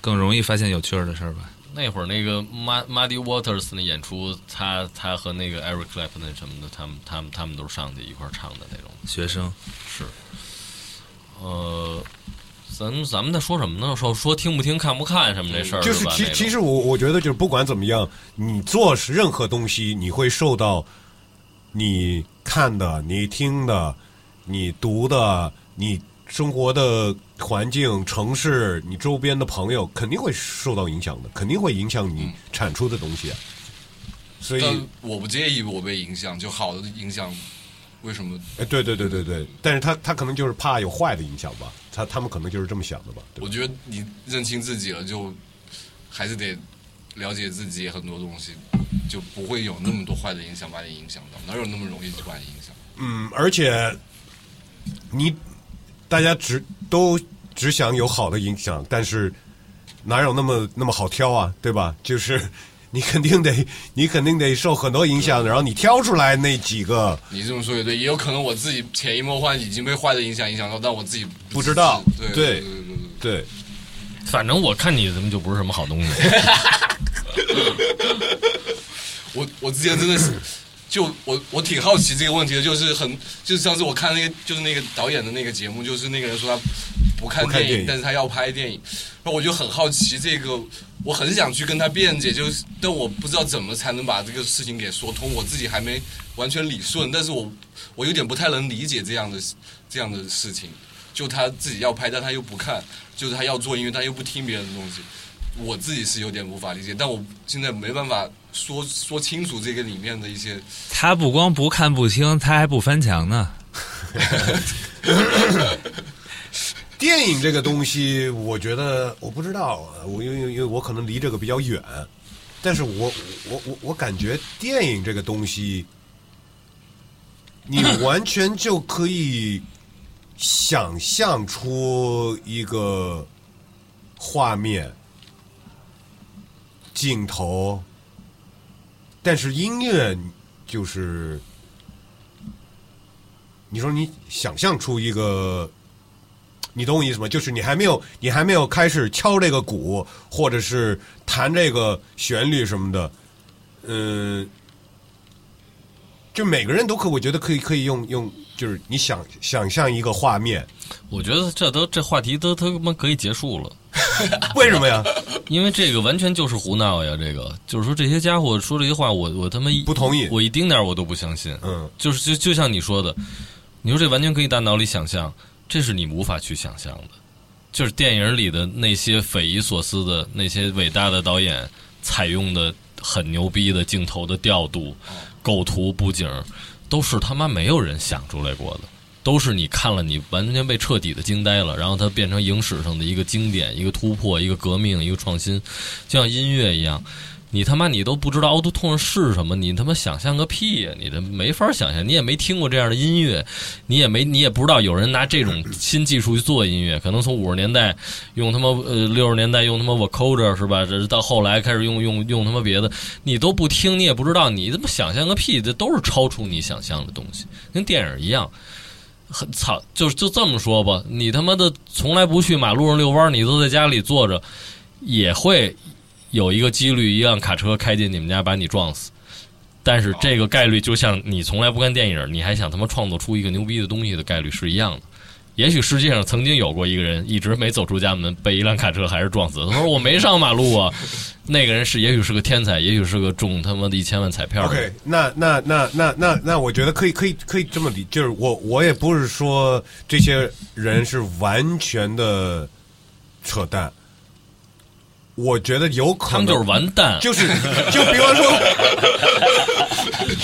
更容易发现有趣儿的事儿吧。那会儿那个 Mud- Muddy Waters 那演出，他他和那个 Eric Clapton 什么的，他们他们他们都是上去一块儿唱的那种。学生，是，呃，咱们咱们在说什么呢？说说听不听、看不看什么这事儿嗯就是吧？其那种其实我我觉得就是不管怎么样，你做任何东西，你会受到你看的、你听的、你读的、你生活的环境、城市、你周边的朋友肯定会受到影响的，肯定会影响嗯你产出的东西啊。所以，但我不介意我被影响，就好的影响，为什么？哎对对对对对，但是他他可能就是怕有坏的影响吧，他他们可能就是这么想的吧。对吧我觉得你认清自己了，就还是得了解自己很多东西，就不会有那么多坏的影响把你影响到，哪有那么容易就把你影响？嗯，而且你大家只都只想有好的影响，但是哪有那么那么好挑啊，对吧？就是你肯定得你肯定得受很多影响，然后你挑出来那几个你这么说也对，也有可能我自己潜移默化已经被坏的影响影响到，但我自己不知道对对对对对对。反正我看你怎么就不是什么好东西。 我我之前真的是，就我我挺好奇这个问题的，就是很就是上次我看那个就是那个导演的那个节目，就是那个人说他不看不看电影，电影但是他要拍电影，然后我就很好奇这个，我很想去跟他辩解，就是但我不知道怎么才能把这个事情给说通，我自己还没完全理顺，但是我我有点不太能理解这样的这样的事情，就他自己要拍，但他又不看，就是他要做音乐，但又不听别人的东西。我自己是有点无法理解，但我现在没办法说说清楚这个里面的一些，他不光不看不听，他还不翻墙呢。电影这个东西，我觉得我不知道，呃我因为因为我可能离这个比较远，但是我我我我感觉电影这个东西，你完全就可以想象出一个画面、镜头，但是音乐就是，你说你想象出一个你懂我意思吗？就是你还没有，你还没有开始敲这个鼓，或者是弹这个旋律什么的，嗯，就每个人都可，我觉得可以，可以用用，就是你想想象一个画面，我觉得这都这话题都他妈可以结束了，为什么 呀？因为这个完全就是胡闹呀！这个就是说这些家伙说这些话，我我他妈一不同意我一丁点儿我都不相信。嗯，就是就就像你说的，你说这完全可以大脑里想象，这是你无法去想象的，就是电影里的那些匪夷所思的那些伟大的导演采用的很牛逼的镜头的调度、构图、布景，都是他妈没有人想出来过的。都是你看了，你完全被彻底的惊呆了，然后它变成影史上的一个经典、一个突破、一个革命、一个创新，就像音乐一样，你他妈你都不知道 auto tune 是什么，你他妈想象个屁呀！你这没法想象，你也没听过这样的音乐，你也没你也不知道有人拿这种新技术去做音乐，可能从五十年代用他妈呃六十年代用他妈 vocoder 是吧？这到后来开始用用用他妈别的，你都不听，你也不知道，你他妈想象个屁！这都是超出你想象的东西，跟电影一样。很操，就是就这么说吧，你他妈的从来不去马路上遛弯儿，你都在家里坐着，也会有一个几率一辆卡车开进你们家把你撞死。但是这个概率就像你从来不看电影，你还想他妈创作出一个牛逼的东西的概率是一样的。也许世界上曾经有过一个人一直没走出家门，被一辆卡车还是撞死。他说我没上马路啊，那个人是也许是个天才，也许是个中他妈的一千万彩票的人。 OK，那那那那那那，我觉得可以可以可以这么理，就是我我也不是说这些人是完全的扯淡，我觉得有可他能们就是完蛋，就是就比方说，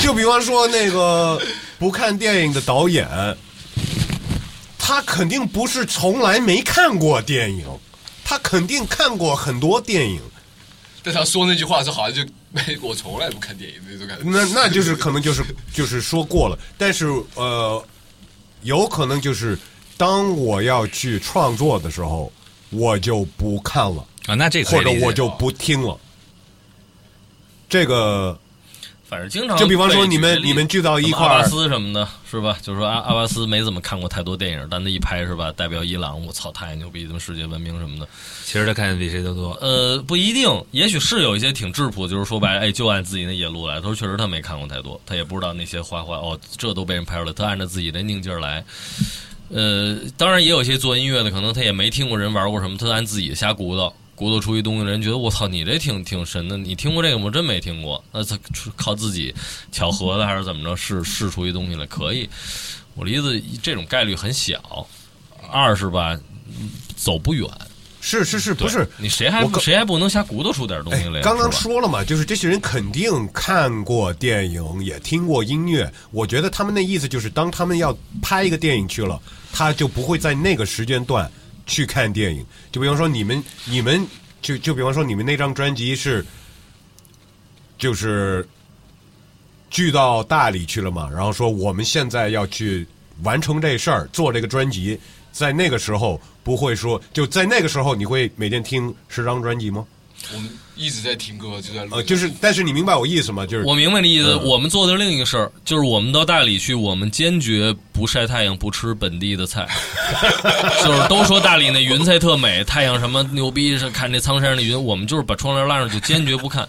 就比方说那个不看电影的导演，他肯定不是从来没看过电影，他肯定看过很多电影，但他说那句话的时候，好像就 没我从来不看电影那种感觉。那那就是可能就是就是说过了，但是呃，有可能就是当我要去创作的时候，我就不看了，啊，那这可以或者理解我就不听了，这个。反正经常嗯就比方说被你们举例你们聚到一什么块儿阿巴斯什么的，是吧？就说阿阿巴斯没怎么看过太多电影，但他一拍是吧，代表伊朗，我操，太牛逼，他们世界闻名什么的。其实他看的比谁都多。呃，不一定，也许是有一些挺质朴，就是说白了，哎，就按自己那野路来。他说确实他没看过太多，他也不知道那些花花哦，这都被人拍出来，他按照自己的拧劲儿来。呃，当然也有一些做音乐的，可能他也没听过人玩过什么，他按自己瞎鼓捣，鼓捣出一东西，人觉得我操，你这挺挺神的，你听过这个吗？我真没听过。那他 靠自己巧合的还是怎么着，试试出一东西来，可以。我的意思，这种概率很小。二是吧，嗯走不远。是是是，不是你谁还我刚谁还不能瞎鼓捣出点东哎西来呀？刚刚是吧说了嘛，就是这些人肯定看过电影，也听过音乐。我觉得他们那意思就是，当他们要拍一个电影去了，他就不会在那个时间段去看电影。就比方说你们，你们就就比方说你们那张专辑是，就是聚到大理去了嘛，然后说我们现在要去完成这事儿，做这个专辑，在那个时候不会说，就在那个时候你会每天听十张专辑吗？我们一直在听歌，就在录呃，就是，但是你明白我意思吗？就是我明白你意思。嗯我们做的是另一个事儿，就是我们到大理去，我们坚决不晒太阳，不吃本地的 菜。就是都说大理那云彩特美，太阳什么牛逼，是看这苍山上的云，我们就是把窗帘拉上，就坚决 不看，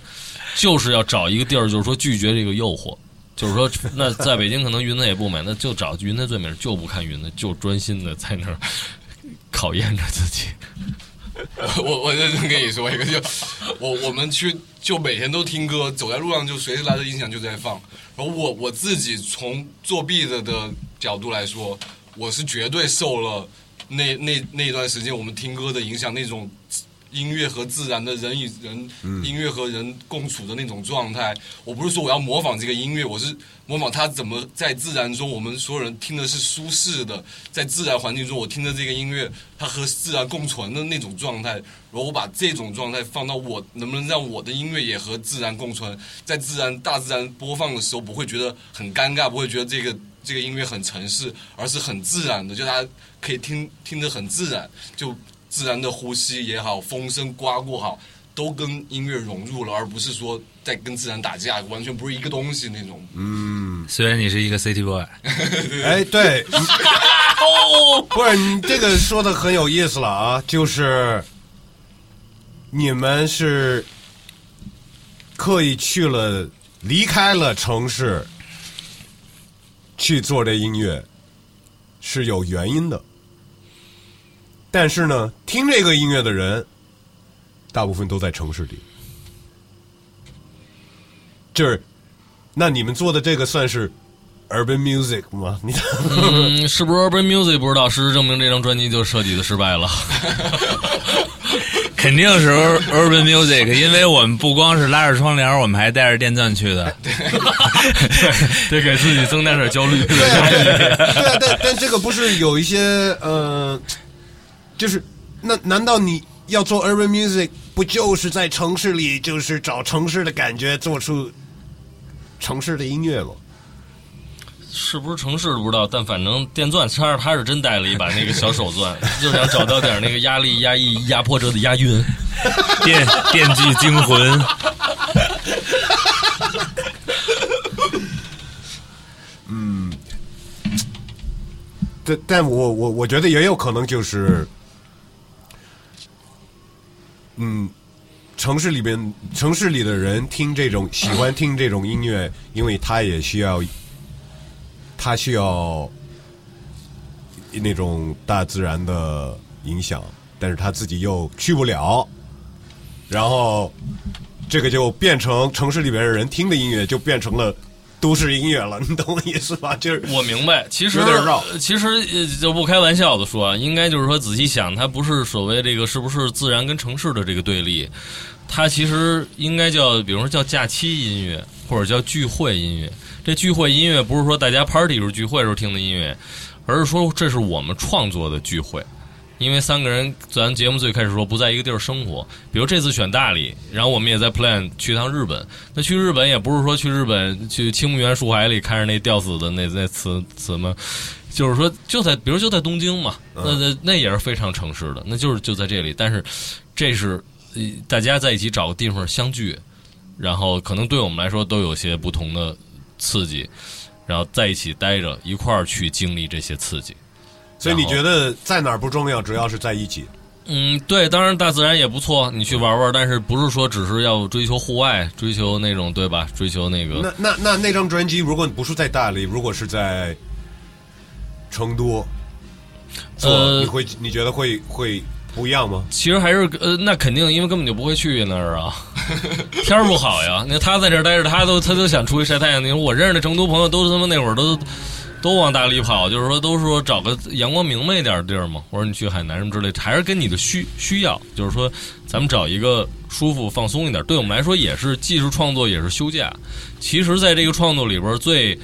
就是要找一个地儿，就是说拒绝这个诱惑。就是说，那在北京可能云彩也不美，那就找云彩最美，就不看云彩，就专心的在那儿考验着自己。我我认真跟你说一个，就我我们去就每天都听歌，走在路上就随时来的音响就在放。然后我我自己从作弊的的角度来说，我是绝对受了那那那段时间我们听歌的影响，那种音乐和自然的人与人、音乐和人共处的那种状态。我不是说我要模仿这个音乐，我是模仿它怎么在自然中，我们所有人听的是舒适的，在自然环境中，我听的这个音乐，它和自然共存的那种状态。然后我把这种状态放到我，能不能让我的音乐也和自然共存，在自然大自然播放的时候，不会觉得很尴尬，不会觉得这个这个音乐很城市，而是很自然的，就大家可以听听得很自然，就自然的呼吸也好，风声刮过好，都跟音乐融入了，而不是说在跟自然打架，完全不是一个东西那种。嗯虽然你是一个 City Boy，哎，对，你不是你这个说的很有意思了啊，就是你们是刻意去了，离开了城市去做这音乐是有原因的，但是呢，听这个音乐的人大部分都在城市里，就是那你们做的这个算是 urban music 吗？你。嗯，是不是 Urban Music 不知道？事实证明，这张专辑就彻底的失败了。 肯定是 Urban Music，因为我们不光是拉着窗帘，我们还带着电钻去 的。 得给自己增加点焦虑。 对啊，但但这个不是有一些呃，就是那难道你要做 urban music，不就是在城市里，就是找城市的感觉，做出城市的音乐吗？是不是城市不知道，但反正电钻圈儿他是真带了一把那个小手钻，就想找到点那个压力、压抑、压迫者的押韵。电电锯惊 魂，但但我我我觉得也有可能就是，嗯，城市里边城市里的人听这种喜欢听这种音乐，因为他也需要，他需要那种大自然的影响，但是他自己又去不了，然后这个就变成城市里边的人听的音乐就变成了都市音乐了，你懂我意思吧？就是我明白，其实有点绕其实呃就不开玩笑的说，啊，应该就是说仔细想，它不是所谓这个是不是自然跟城市的这个对立，它其实应该叫，比如说叫假期音乐，或者叫聚会音乐。这聚会音乐不是说大家 party 时候聚会时候听的音乐，而是说这是我们创作的聚会。因为三个人，咱节目最开始说不在一个地儿生活，比如这次选大理，然后我们也在 plan 去趟日本。那去日本也不是说去日本去青木原树海里看着那吊死的那那词什么，就是说就在比如就在东京嘛，那那那也是非常城市的，那就是就在这里。但是这是呃大家在一起找个地方相聚，然后可能对我们来说都有些不同的刺激，然后在一起待着一块儿去经历这些刺激。所以你然后觉得在哪儿不重要，只要是在一起。嗯，对，当然大自然也不错，你去玩玩，但是不是说只是要追求户外，追求那种对吧？追求那个那那那那张专辑，如果你不是在大理，如果是在成都做，呃你会你觉得会会不一样吗？其实还是呃，那肯定，因为根本就不会去那儿啊，天儿不好呀。那他在这儿待着，他都他都想出去晒太阳。你说我认识的成都朋友，都是他妈那会儿都都往大理跑，就是说都是说找个阳光明媚点儿地儿嘛。我说你去海南什么之类，还是跟你的需需要，就是说咱们找一个舒服放松一点。对我们来说也是，既是创作也是休假。其实，在这个创作里边儿最。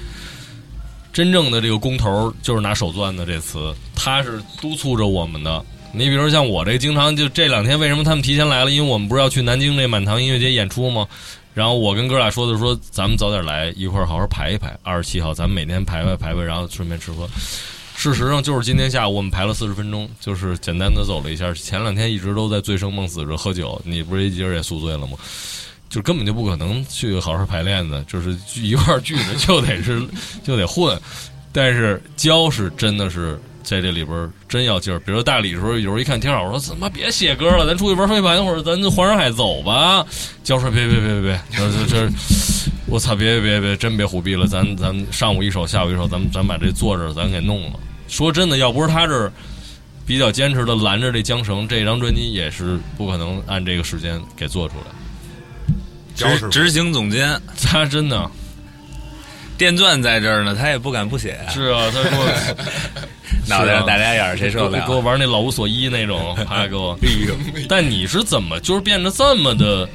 真正的这个公头儿就是拿手钻的这词，它是督促着我们的。你比如像我这经常就这两天，为什么他们提前来了？因为我们不是要去南京这满堂音乐节演出吗？然后我跟哥俩说的说，咱们早点来，一块儿好好排一排。二十七号，咱们每天排排排排，然后顺便吃喝。事实上，就是今天下午我们排了四十分钟，就是简单的走了一下。前两天一直都在醉生梦死着喝酒，你不是一节儿也宿醉了吗？就根本就不可能去好好排练的，就是一块儿聚着就得是就得混。但是教是真的是在这里边儿真要劲儿，比如大理的时候，有时候一看天好，我说怎么别写歌了，咱出去玩飞盘，或者咱就环上海走吧。教说别别别别别，这这这，我操，别别别别，真别胡逼了，咱咱上午一首，下午一首，咱们咱把这坐这儿咱给弄了。说真的，要不是他这儿比较坚持的拦着这缰绳，这张专辑也是不可能按这个时间给做出来。教师执执行总监他真 的电钻在这儿呢，他也不敢不写啊，是啊，他给啊我啊 脑袋上打俩眼儿，谁受得给我了？哎玩那老无所依那种，他给 我。但你是怎么就是变得这么的？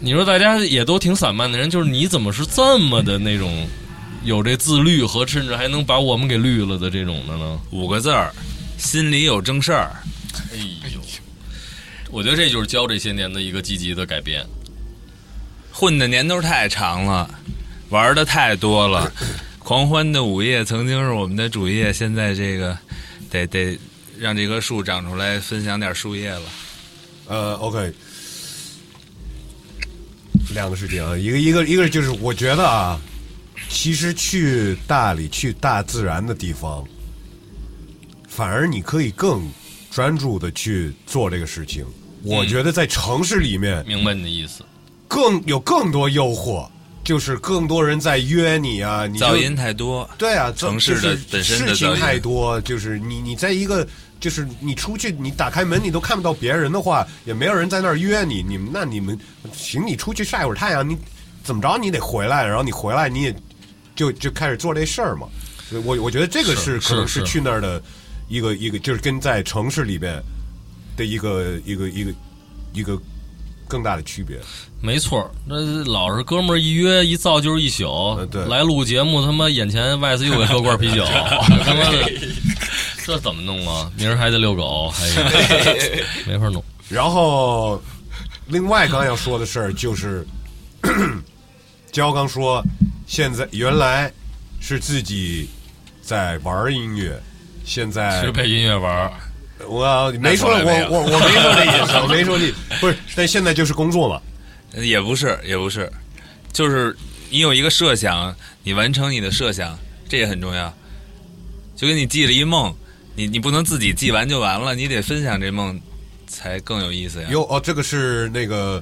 你说大家也都挺散漫的人，就是你怎么是这么的那种有这自律和甚至还能把我们给绿了的这种的呢？五个字儿，心里有正事儿。哎呦，我觉得这就是教这些年的一个积极的改变。混的年头太长了，玩的太多了。狂欢的午夜曾经是我们的主业，现在这个得得让这棵树长出来，分享点树叶了。呃，OK，两个事情啊，一个一个一个就是我觉得啊，其实去大理去大自然的地方，反而你可以更专注的去做这个事情。我觉得在城市里面明白你的意思，更有更多诱惑，就是更多人在约你啊，你就噪音太多，对啊，这城市的就是本身的事情噪音太多，就是你你在一个就是你出去，你打开门你都看不到别人的话，也没有人在那儿约你，你们那你们行，你出去晒会儿太阳，你怎么着你得回来，然后你回来你也就就开始做这事儿嘛。所以我我觉得这个是是可能是是是去那儿的一个一个，就是跟在城市里边的一个一个一个一个更大的区别。没错儿。那老是哥们儿一约一造就是一宿，对来录节目他妈眼前外头又给喝罐啤酒，他妈的，这怎么弄啊？明儿还得遛狗，哎呀， 没法弄。然后，另外刚要说的事儿就是， 焦刚说，现在原来是自己在玩儿音乐，现在是被音乐玩儿，我没说那从来没我有我我没说这意思， 我没说这不是，但现在就是工作嘛，也不是，也不是，就是你有一个设想，你完成你的设想，这也很重要。就跟你记了一梦，你你不能自己记完就完了，你得分享这梦才更有意思呀。哟哦，这个是那个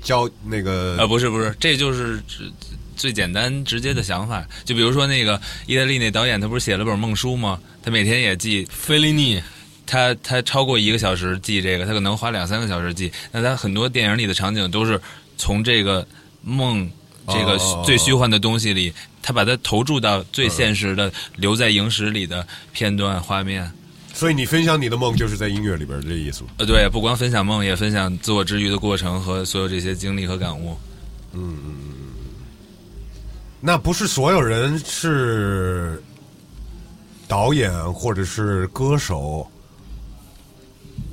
焦那啊，个不是不是，这就是只最简单直接的想法。就比如说那个意大利那导演，他不是写了本梦书吗？他每天也记，费利尼他他超过一个小时记这个，他可能花两三个小时记。那他很多电影里的场景都是从这个梦。这个哦最虚幻的东西里，他把它投注到最现实的、留在影史里的片段画面。所以你分享你的梦就是在音乐里边儿这意思吗？呃，对，不光分享梦，也分享自我治愈的过程和所有这些经历和感悟。那不是所有人是导演或者是歌手，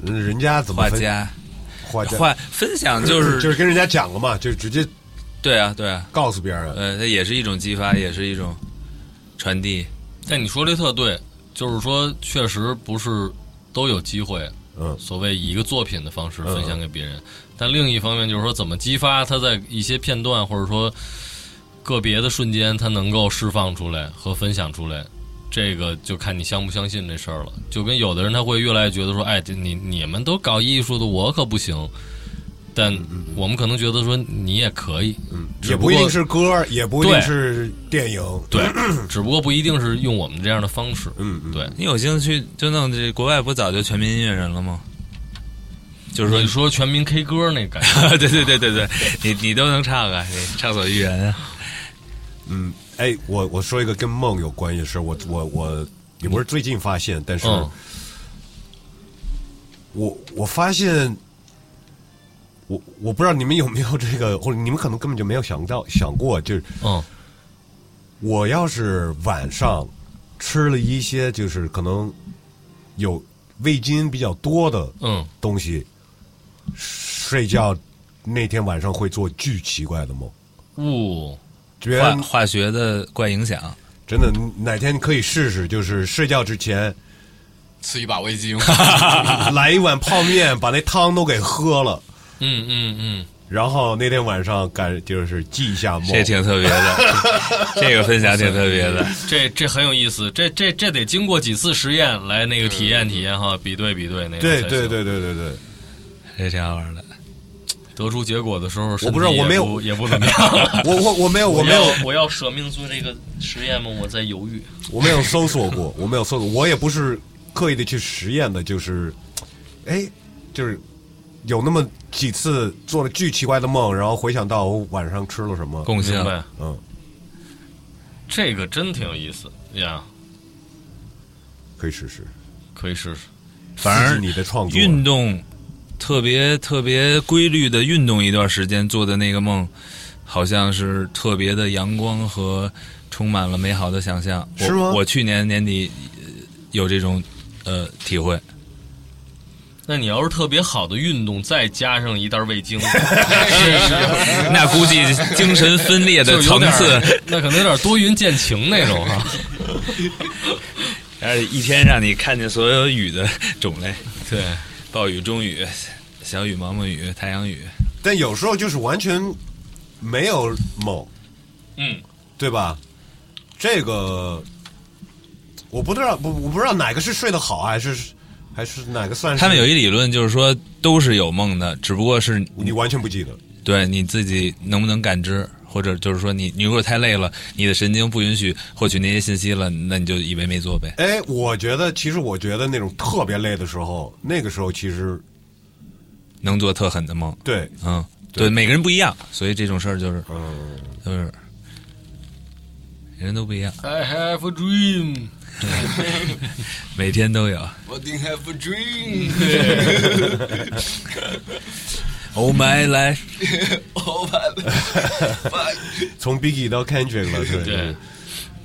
嗯人家怎么画分家，画家画分享就是就是跟人家讲了嘛，就直接对啊，对啊，告诉别人。呃，它也是一种激发，也是一种传递。但哎你说这特对，就是说确实不是都有机会，嗯所谓以一个作品的方式分享给别人。但另一方面就是说，怎么激发他在一些片段或者说个别的瞬间，他能够释放出来和分享出来。这个就看你相不相信这事儿了。就跟有的人他会越来越觉得说，哎，这你你们都搞艺术的，我可不行。但我们可能觉得说你也可以，也只不不一过定是歌，也不一定对是电影。对，只不过不一定是用我们这样的方式。嗯嗯，对。你有兴趣就弄这国外不早就全民音乐人了吗？就是你说，说全民 K 歌那感觉， 对对对对对，你你都能唱啊，你畅所欲言啊。哎，我我说一个跟梦有关系的事儿，我我我也不是最近发现，但是嗯，我我发现，我我不知道你们有没有这个，或者你们可能根本就没有想到想过，就是嗯，我要是晚上吃了一些就是可能有味精比较多的嗯，东西，睡觉那天晚上会做巨奇怪的梦，呜、觉 化得化学的怪影响，真的哪天你可以试试，就是睡觉之前吃一把味精，来一碗泡面，把那汤都给喝了，嗯嗯嗯，然后那天晚上感就是记一下梦。 这挺特别的， 这个分享挺特别的。 这这很有意思，这这这得经过几次实验来那个体验体验哈，比对比对那个，对对，对对对对，这挺好玩的。得出结果的时候，我不知道身体也我没有。也不怎么样我我我没有 我没有要我要舍命做这个实验吗？我在犹豫。我没有搜索过， 我没有搜索，我也不是刻意的去实验的，就是，哎，就是有那么几次做了巨奇怪的梦，然后回想到我晚上吃了什么，共性明，白，嗯，这个真挺有意思呀，可以试试，可以试试。反刺正激你的创作运动特别特别规律的运动一段时间做的那个梦，好像是特别的阳光和充满了美好的想象。我是吗我去年年底呃有这种呃 体会，那你要是特别好的运动，再加上一袋 味精，是是那估计精神分裂的就有层点次，儿，那可能有点多云见晴那种 哈。而且哎一天让你看见所有雨的种 类，对，暴雨、中雨、小雨、毛毛雨、太阳雨。但有时候就是完全没有梦，嗯，对吧？这个我不知道，不我不知道哪个是睡得好，还是还是哪个算是他们有一理论，就是说都是有梦的，只不过是你完全不记得，对你自己能不能感知，或者就是说你你如果太累了，你的神经不允许获取那些信息了，那你就以为没做呗。哎，我觉得其实我觉得那种特别累的时候，那个时候其实能做特狠的梦，对，嗯，对对，每个人不一样，所以这种事儿就是嗯，就是人都不一样， I have a dream。每天都有。我定 have a dream。 Oh my life，好吧，从 Biggie 到 Kendrick 了，对对，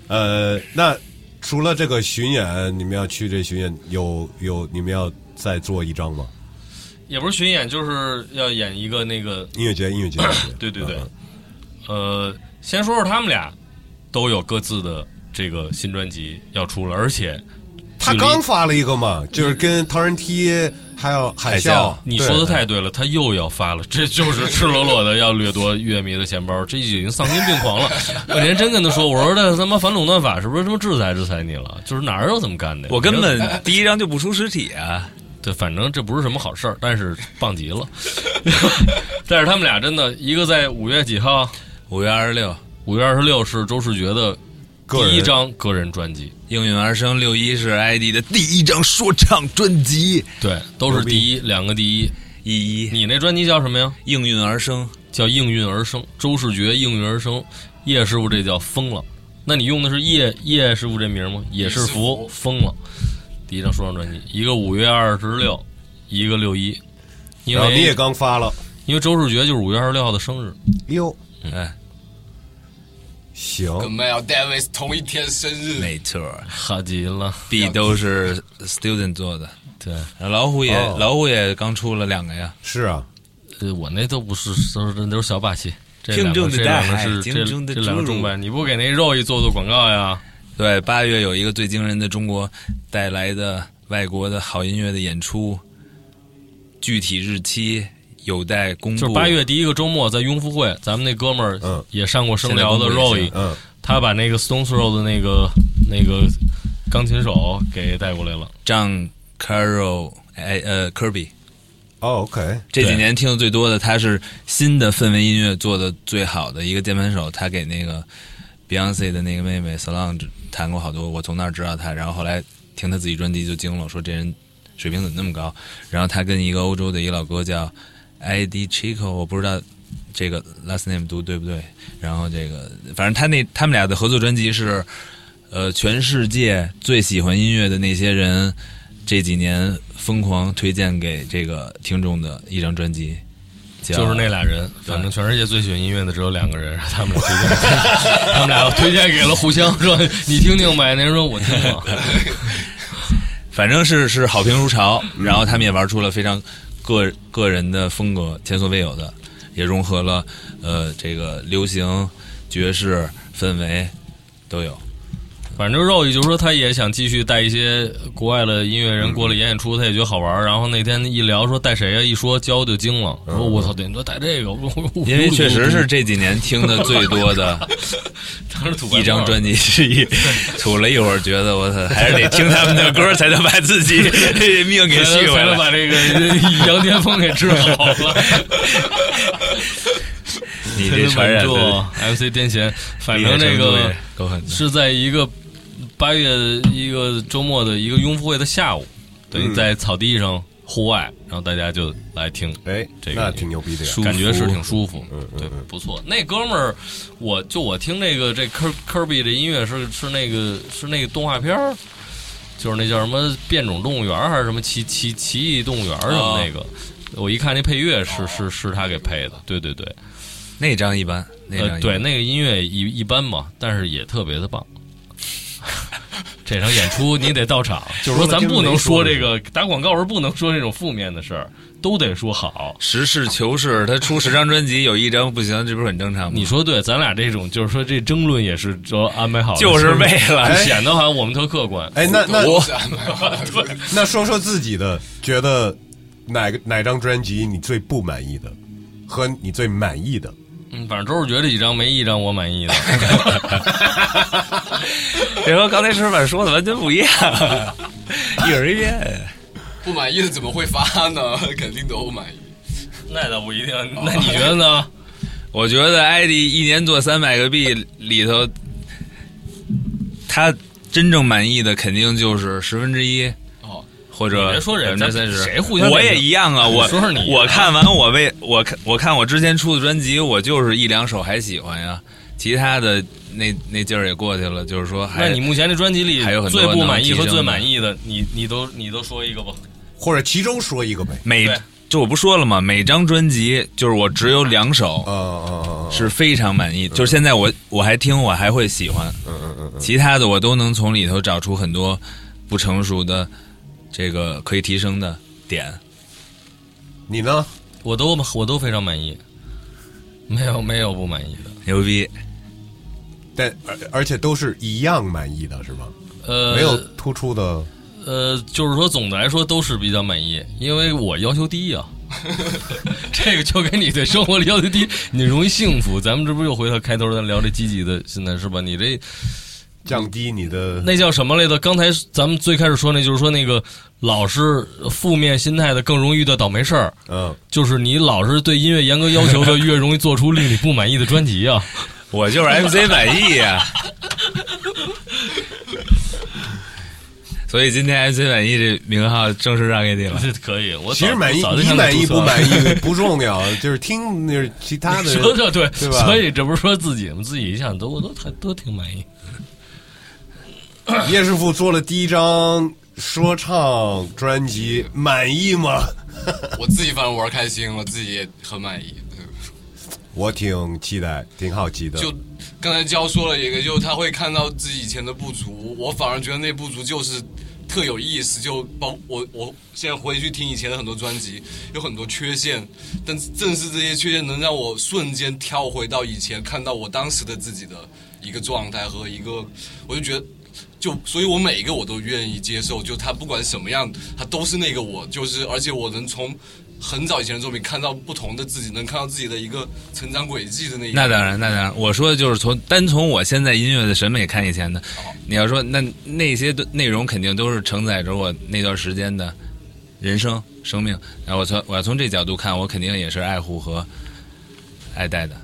呃，那除了这个巡演，你们要去这巡演，有有你们要再做一张吗？也不是巡演，就是要演一个那个，音乐节，音乐节，音乐节对对嗯对，呃，先说说他们俩都有各自的这个新专辑要出了，而且他距离刚发了一个嘛，就是跟唐人街还有哎海啸，你对说的太对了，他又要发了，这 就是赤裸裸的要掠夺乐迷的钱包，这已经丧心病狂了。 我那天真跟他说，我说这他妈反垄断法是不是他妈制裁制裁你了？就是哪儿有这么干的呀？ 我根 本第一张就不出实体啊，对，反正这不是什么好事儿，但是棒极了。 但是他们俩真的，一个在五月几号？五月二十六。五月二十六是周世觉的个人第一张个人专辑，应运而生，六一是 ID 的第一张说唱专辑，对，都是第一，两个第一。一一你那专辑叫什么呀？应运而生，叫应运而生，周世觉应运而生，叶师傅这叫疯了。那你用的是叶叶师傅这名吗？也是福也是福疯了。第一张说唱专辑，一个五月二十六，一个六一，因然后你也为刚发了，因为周世觉就是五月二十六号的生日，哟，嗯哎，行，跟 Mel Davis 同一天生日，没错儿哈极了。 ，B 都是 student 做的，对，呃老虎也、哦老虎也刚出了两个呀，是啊，呃，我那都不是，都是都是小把戏。这听两众个的这大两个海是听这众的这两个注入中文，你不给那肉一做做广告呀？对，八月有一个最惊人的中国带来的外国的好音乐的演出，具体日期有待公布。就是八月第一个周末在拥福会，咱们那哥们嗯儿也上过声聊的现在公布 Roy，一下嗯，他把那个 Stone Throw 的那个那个钢琴手给带过来了。 ，John Carroll，哎呃，Kirby。哦，OK，这几对年听的最多的，他是新的氛围音乐做的最好的一个键盘手，他给那个 Beyonce 的那个妹妹 Solange 弹过好多，我从那儿知道他，然后后来听他自己专辑就惊了，说这人水平怎么那么高？然后他跟一个欧洲的一老哥叫 ID Chico，我不知道这个 last name 读对不对，然后这个反正他那他们俩的合作专辑是，呃，全世界最喜欢音乐的那些人这几年疯狂推荐给这个听众的一张专辑，叫就是那俩人，反正全世界最喜欢音乐的只有两个 人，他们俩推荐，他们俩推荐给 了互相说你听听呗，那人说我听 听，反正是是好评如潮，然后他们也玩出了非常个个人的风格，前所未有的。也融合了呃这个流行、爵士氛围都有。反正肉，也就是说，他也想继续带一些国外的音乐人过来演演出，他也觉得好玩儿。然后那天一聊说带谁啊呀、一说焦就惊了，说我操，顶多带这个，我我嗯因为确实是这几年听的最多的当时吐一张专辑，辑之一，吐了一会儿，觉得我操，还是得听他们的歌才能把自己命给才续能回才能来。把这个 羊癫疯给治好了。 你这传染住 的 MC 癫痫，反厉害正这程度个也够狠的。是在一个八月一个周末的一个拥护会的下午，等嗯于在草地上户外，然后大家就来听。哎，这个那挺牛逼的呀。感觉是挺舒嗯服，对，不错。那哥们儿，我就我听这个这科科比这音乐是是那个是那个动画片儿，就是那叫什么变种动物园儿还是什么奇奇奇异动物园儿什么啊那个，我一看那配乐是是是他给配的，对对对，那张一般，那张一呃般对那个音乐一一般嘛，但是也特别的棒。 这场演出你得到 场，就是说咱不能说这个打广告时候不能说这种负面的事儿，都得说好。实事求是，他出十张专辑，有一张不行，这不是很正常吗？你说对，咱俩这种就是说这争论也是说安排好的，就是为了哎显得好像我们特客观。哎，那那我 那说说自己的，觉得哪个哪张专辑你最不满意的，和你最满意的？嗯，反正周是觉得这几张没一张我满意 的。这和刚才吃饭说的完全不一样，一人一遍。不满意的怎么会发呢？ 肯定都不满意。那倒不一定，哦那你觉得呢？ 我觉得艾迪一年做三百个币里头，他真正满意的肯定就是十分之一哦，或者你别说百人分之三十。咱谁互相我辩也证一样啊，我说说你我看完我为我看我看我之前出的专辑，我就是一两首还喜欢呀，其他的那那劲儿也过去了，就是说那 还你目前这专辑里还有很多最不满意和能提升的最满意的，你你都你都说一个吧。或者其中说一个呗？每对就我不说了嘛，每张专辑就是我只有两首啊啊啊！啊是非常满意，就是现在我我还听，我还会喜欢，嗯嗯嗯，其他的我都能从里头找出很多不成熟的这个可以提升的点。你呢？我都我都非常满意，没有没有不满意的。牛逼！但而而且都是一样满意的，是吗？呃，没有突出的。呃，就是说总的来说都是比较满意，因为我要求低 啊。这个就跟你对生活的要求低，你容易幸福。咱们这不又回到开头咱聊这积极的，现在是吧？你这降低你的那叫什么来着？刚才咱们最开始说那，就是说那个老是负面心态的更容易遇到倒霉事儿，嗯，就是你老是对音乐严格要求的，越容易做出令你不满意的专辑啊。我就是 MC 满意呀、 所以今天 MC 满意这名号正式让给你 了。这可以，我其实早满意早就你想满意吐槽不了满 意 不重要，就是听那是其他的人说这对，对吧所以这不是说自己吗？自己一想都都都都挺满意。叶师傅做了第一张说唱专辑，满意吗？我自己反正玩开心了，自己也很满意。我挺期待，挺好奇的。就刚才焦说了一个，就他会看到自己以前的不足，我反而觉得那不足就是特有意思。就包我我现在回去听以前的很多专辑，有很多缺陷，但正是这些缺陷能让我瞬间跳回到以前，看到我当时的自己的一个状态和一个，我就觉得。就所以，我每一个我都愿意接受，就他不管什么样，他都是那个我，就是而且我能从很早以前的作品看到不同的自己，能看到自己的一个成长轨迹的那一那当然，那当然，我说的就是从单从我现在音乐的审美看以前的，你要说那那些都内容肯定都是承载着我那段时间的人生生命，然后我从我要从这角度看，我肯定也是爱护和爱戴的。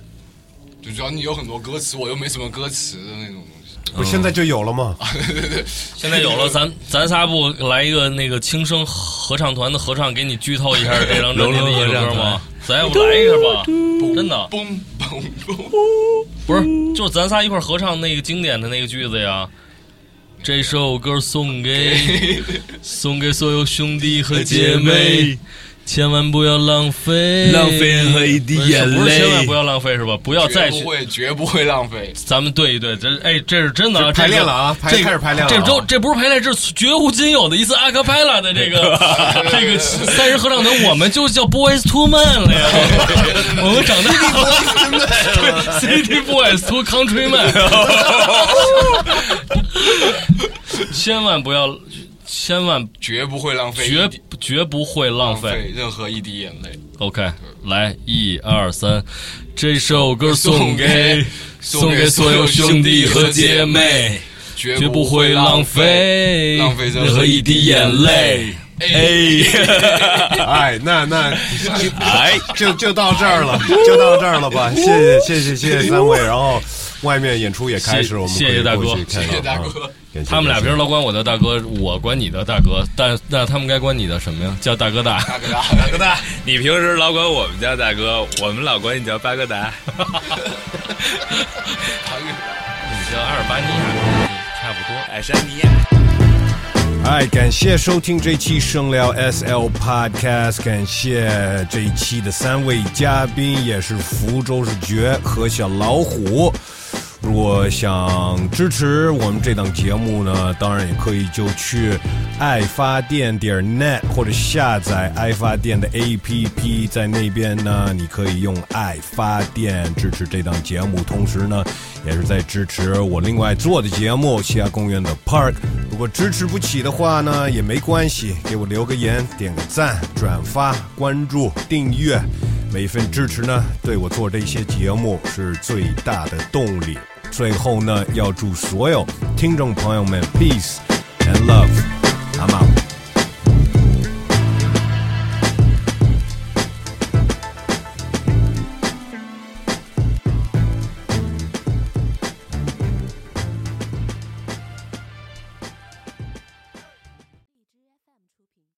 就主要你有很多歌词，我又没什么歌词的那种东西。 不是现在就有了吗？嗯现 在有了，咱咱仨不来一个那个轻声合唱团的合唱，给你剧透一下这 张专辑的一首歌吗？咱要不来一个吧？真的嘣嘣嘣！不是，就是咱仨一块儿合唱那个经典的那个句子呀。这 首歌送给送给所有兄弟和姐妹，千万不要浪费，浪费任何一滴不是眼不是千万泪不要浪费是吧？不要再绝去不，会绝不会浪费。咱们对一对，这哎，这是真的啊！这排这个练了啊排这个开始排练了啊这周这不是排练，这是绝无仅有的一次阿卡派拉的这 个这个三人合唱团，我们就叫 Boys to Man 了呀！我们长大了，City Boys to Country Man，千万不要，千万绝不会浪费一绝滴绝不会浪浪费。费任何一滴眼泪。 OK，来，一二三，这首歌送给送 送给给所所有有兄兄弟弟和和姐姐妹妹，绝绝不不会会浪浪费浪费任何一滴眼泪。哎， 哎，那那，哎，就就到这儿了，就到这儿了吧？谢谢谢谢谢谢三位，然后外面演出也开始，我们谢谢可以大哥过去看谢谢看啊 大哥，感谢他们俩感谢平时老管我的大哥，我管你的大哥，但那他们该管你的什么呀？叫大哥大。大哥大，大哥大，你平时老管我们叫大哥，我们老管你叫巴格达。你叫阿尔巴尼亚，差不多。爱山尼亚。哎，感谢收听这期声聊 SL Podcast，感谢这一期的三位嘉宾，也是福州市爵和小老虎。如果想支持我们这档节目呢，当然也可以就去爱发电点 net 或者下载爱发电的 APP，在那边呢，你可以用爱发电支持这档节目，同时呢，也是在支持我另外做的节目《西雅公园的 Park》。如果支持不起的话呢，也没关系，给我留个言、点个赞、转发、关注、订阅，每一份支持呢，对我做这些节目是最大的动力。最后呢，要祝所有听众朋友们 peace and love。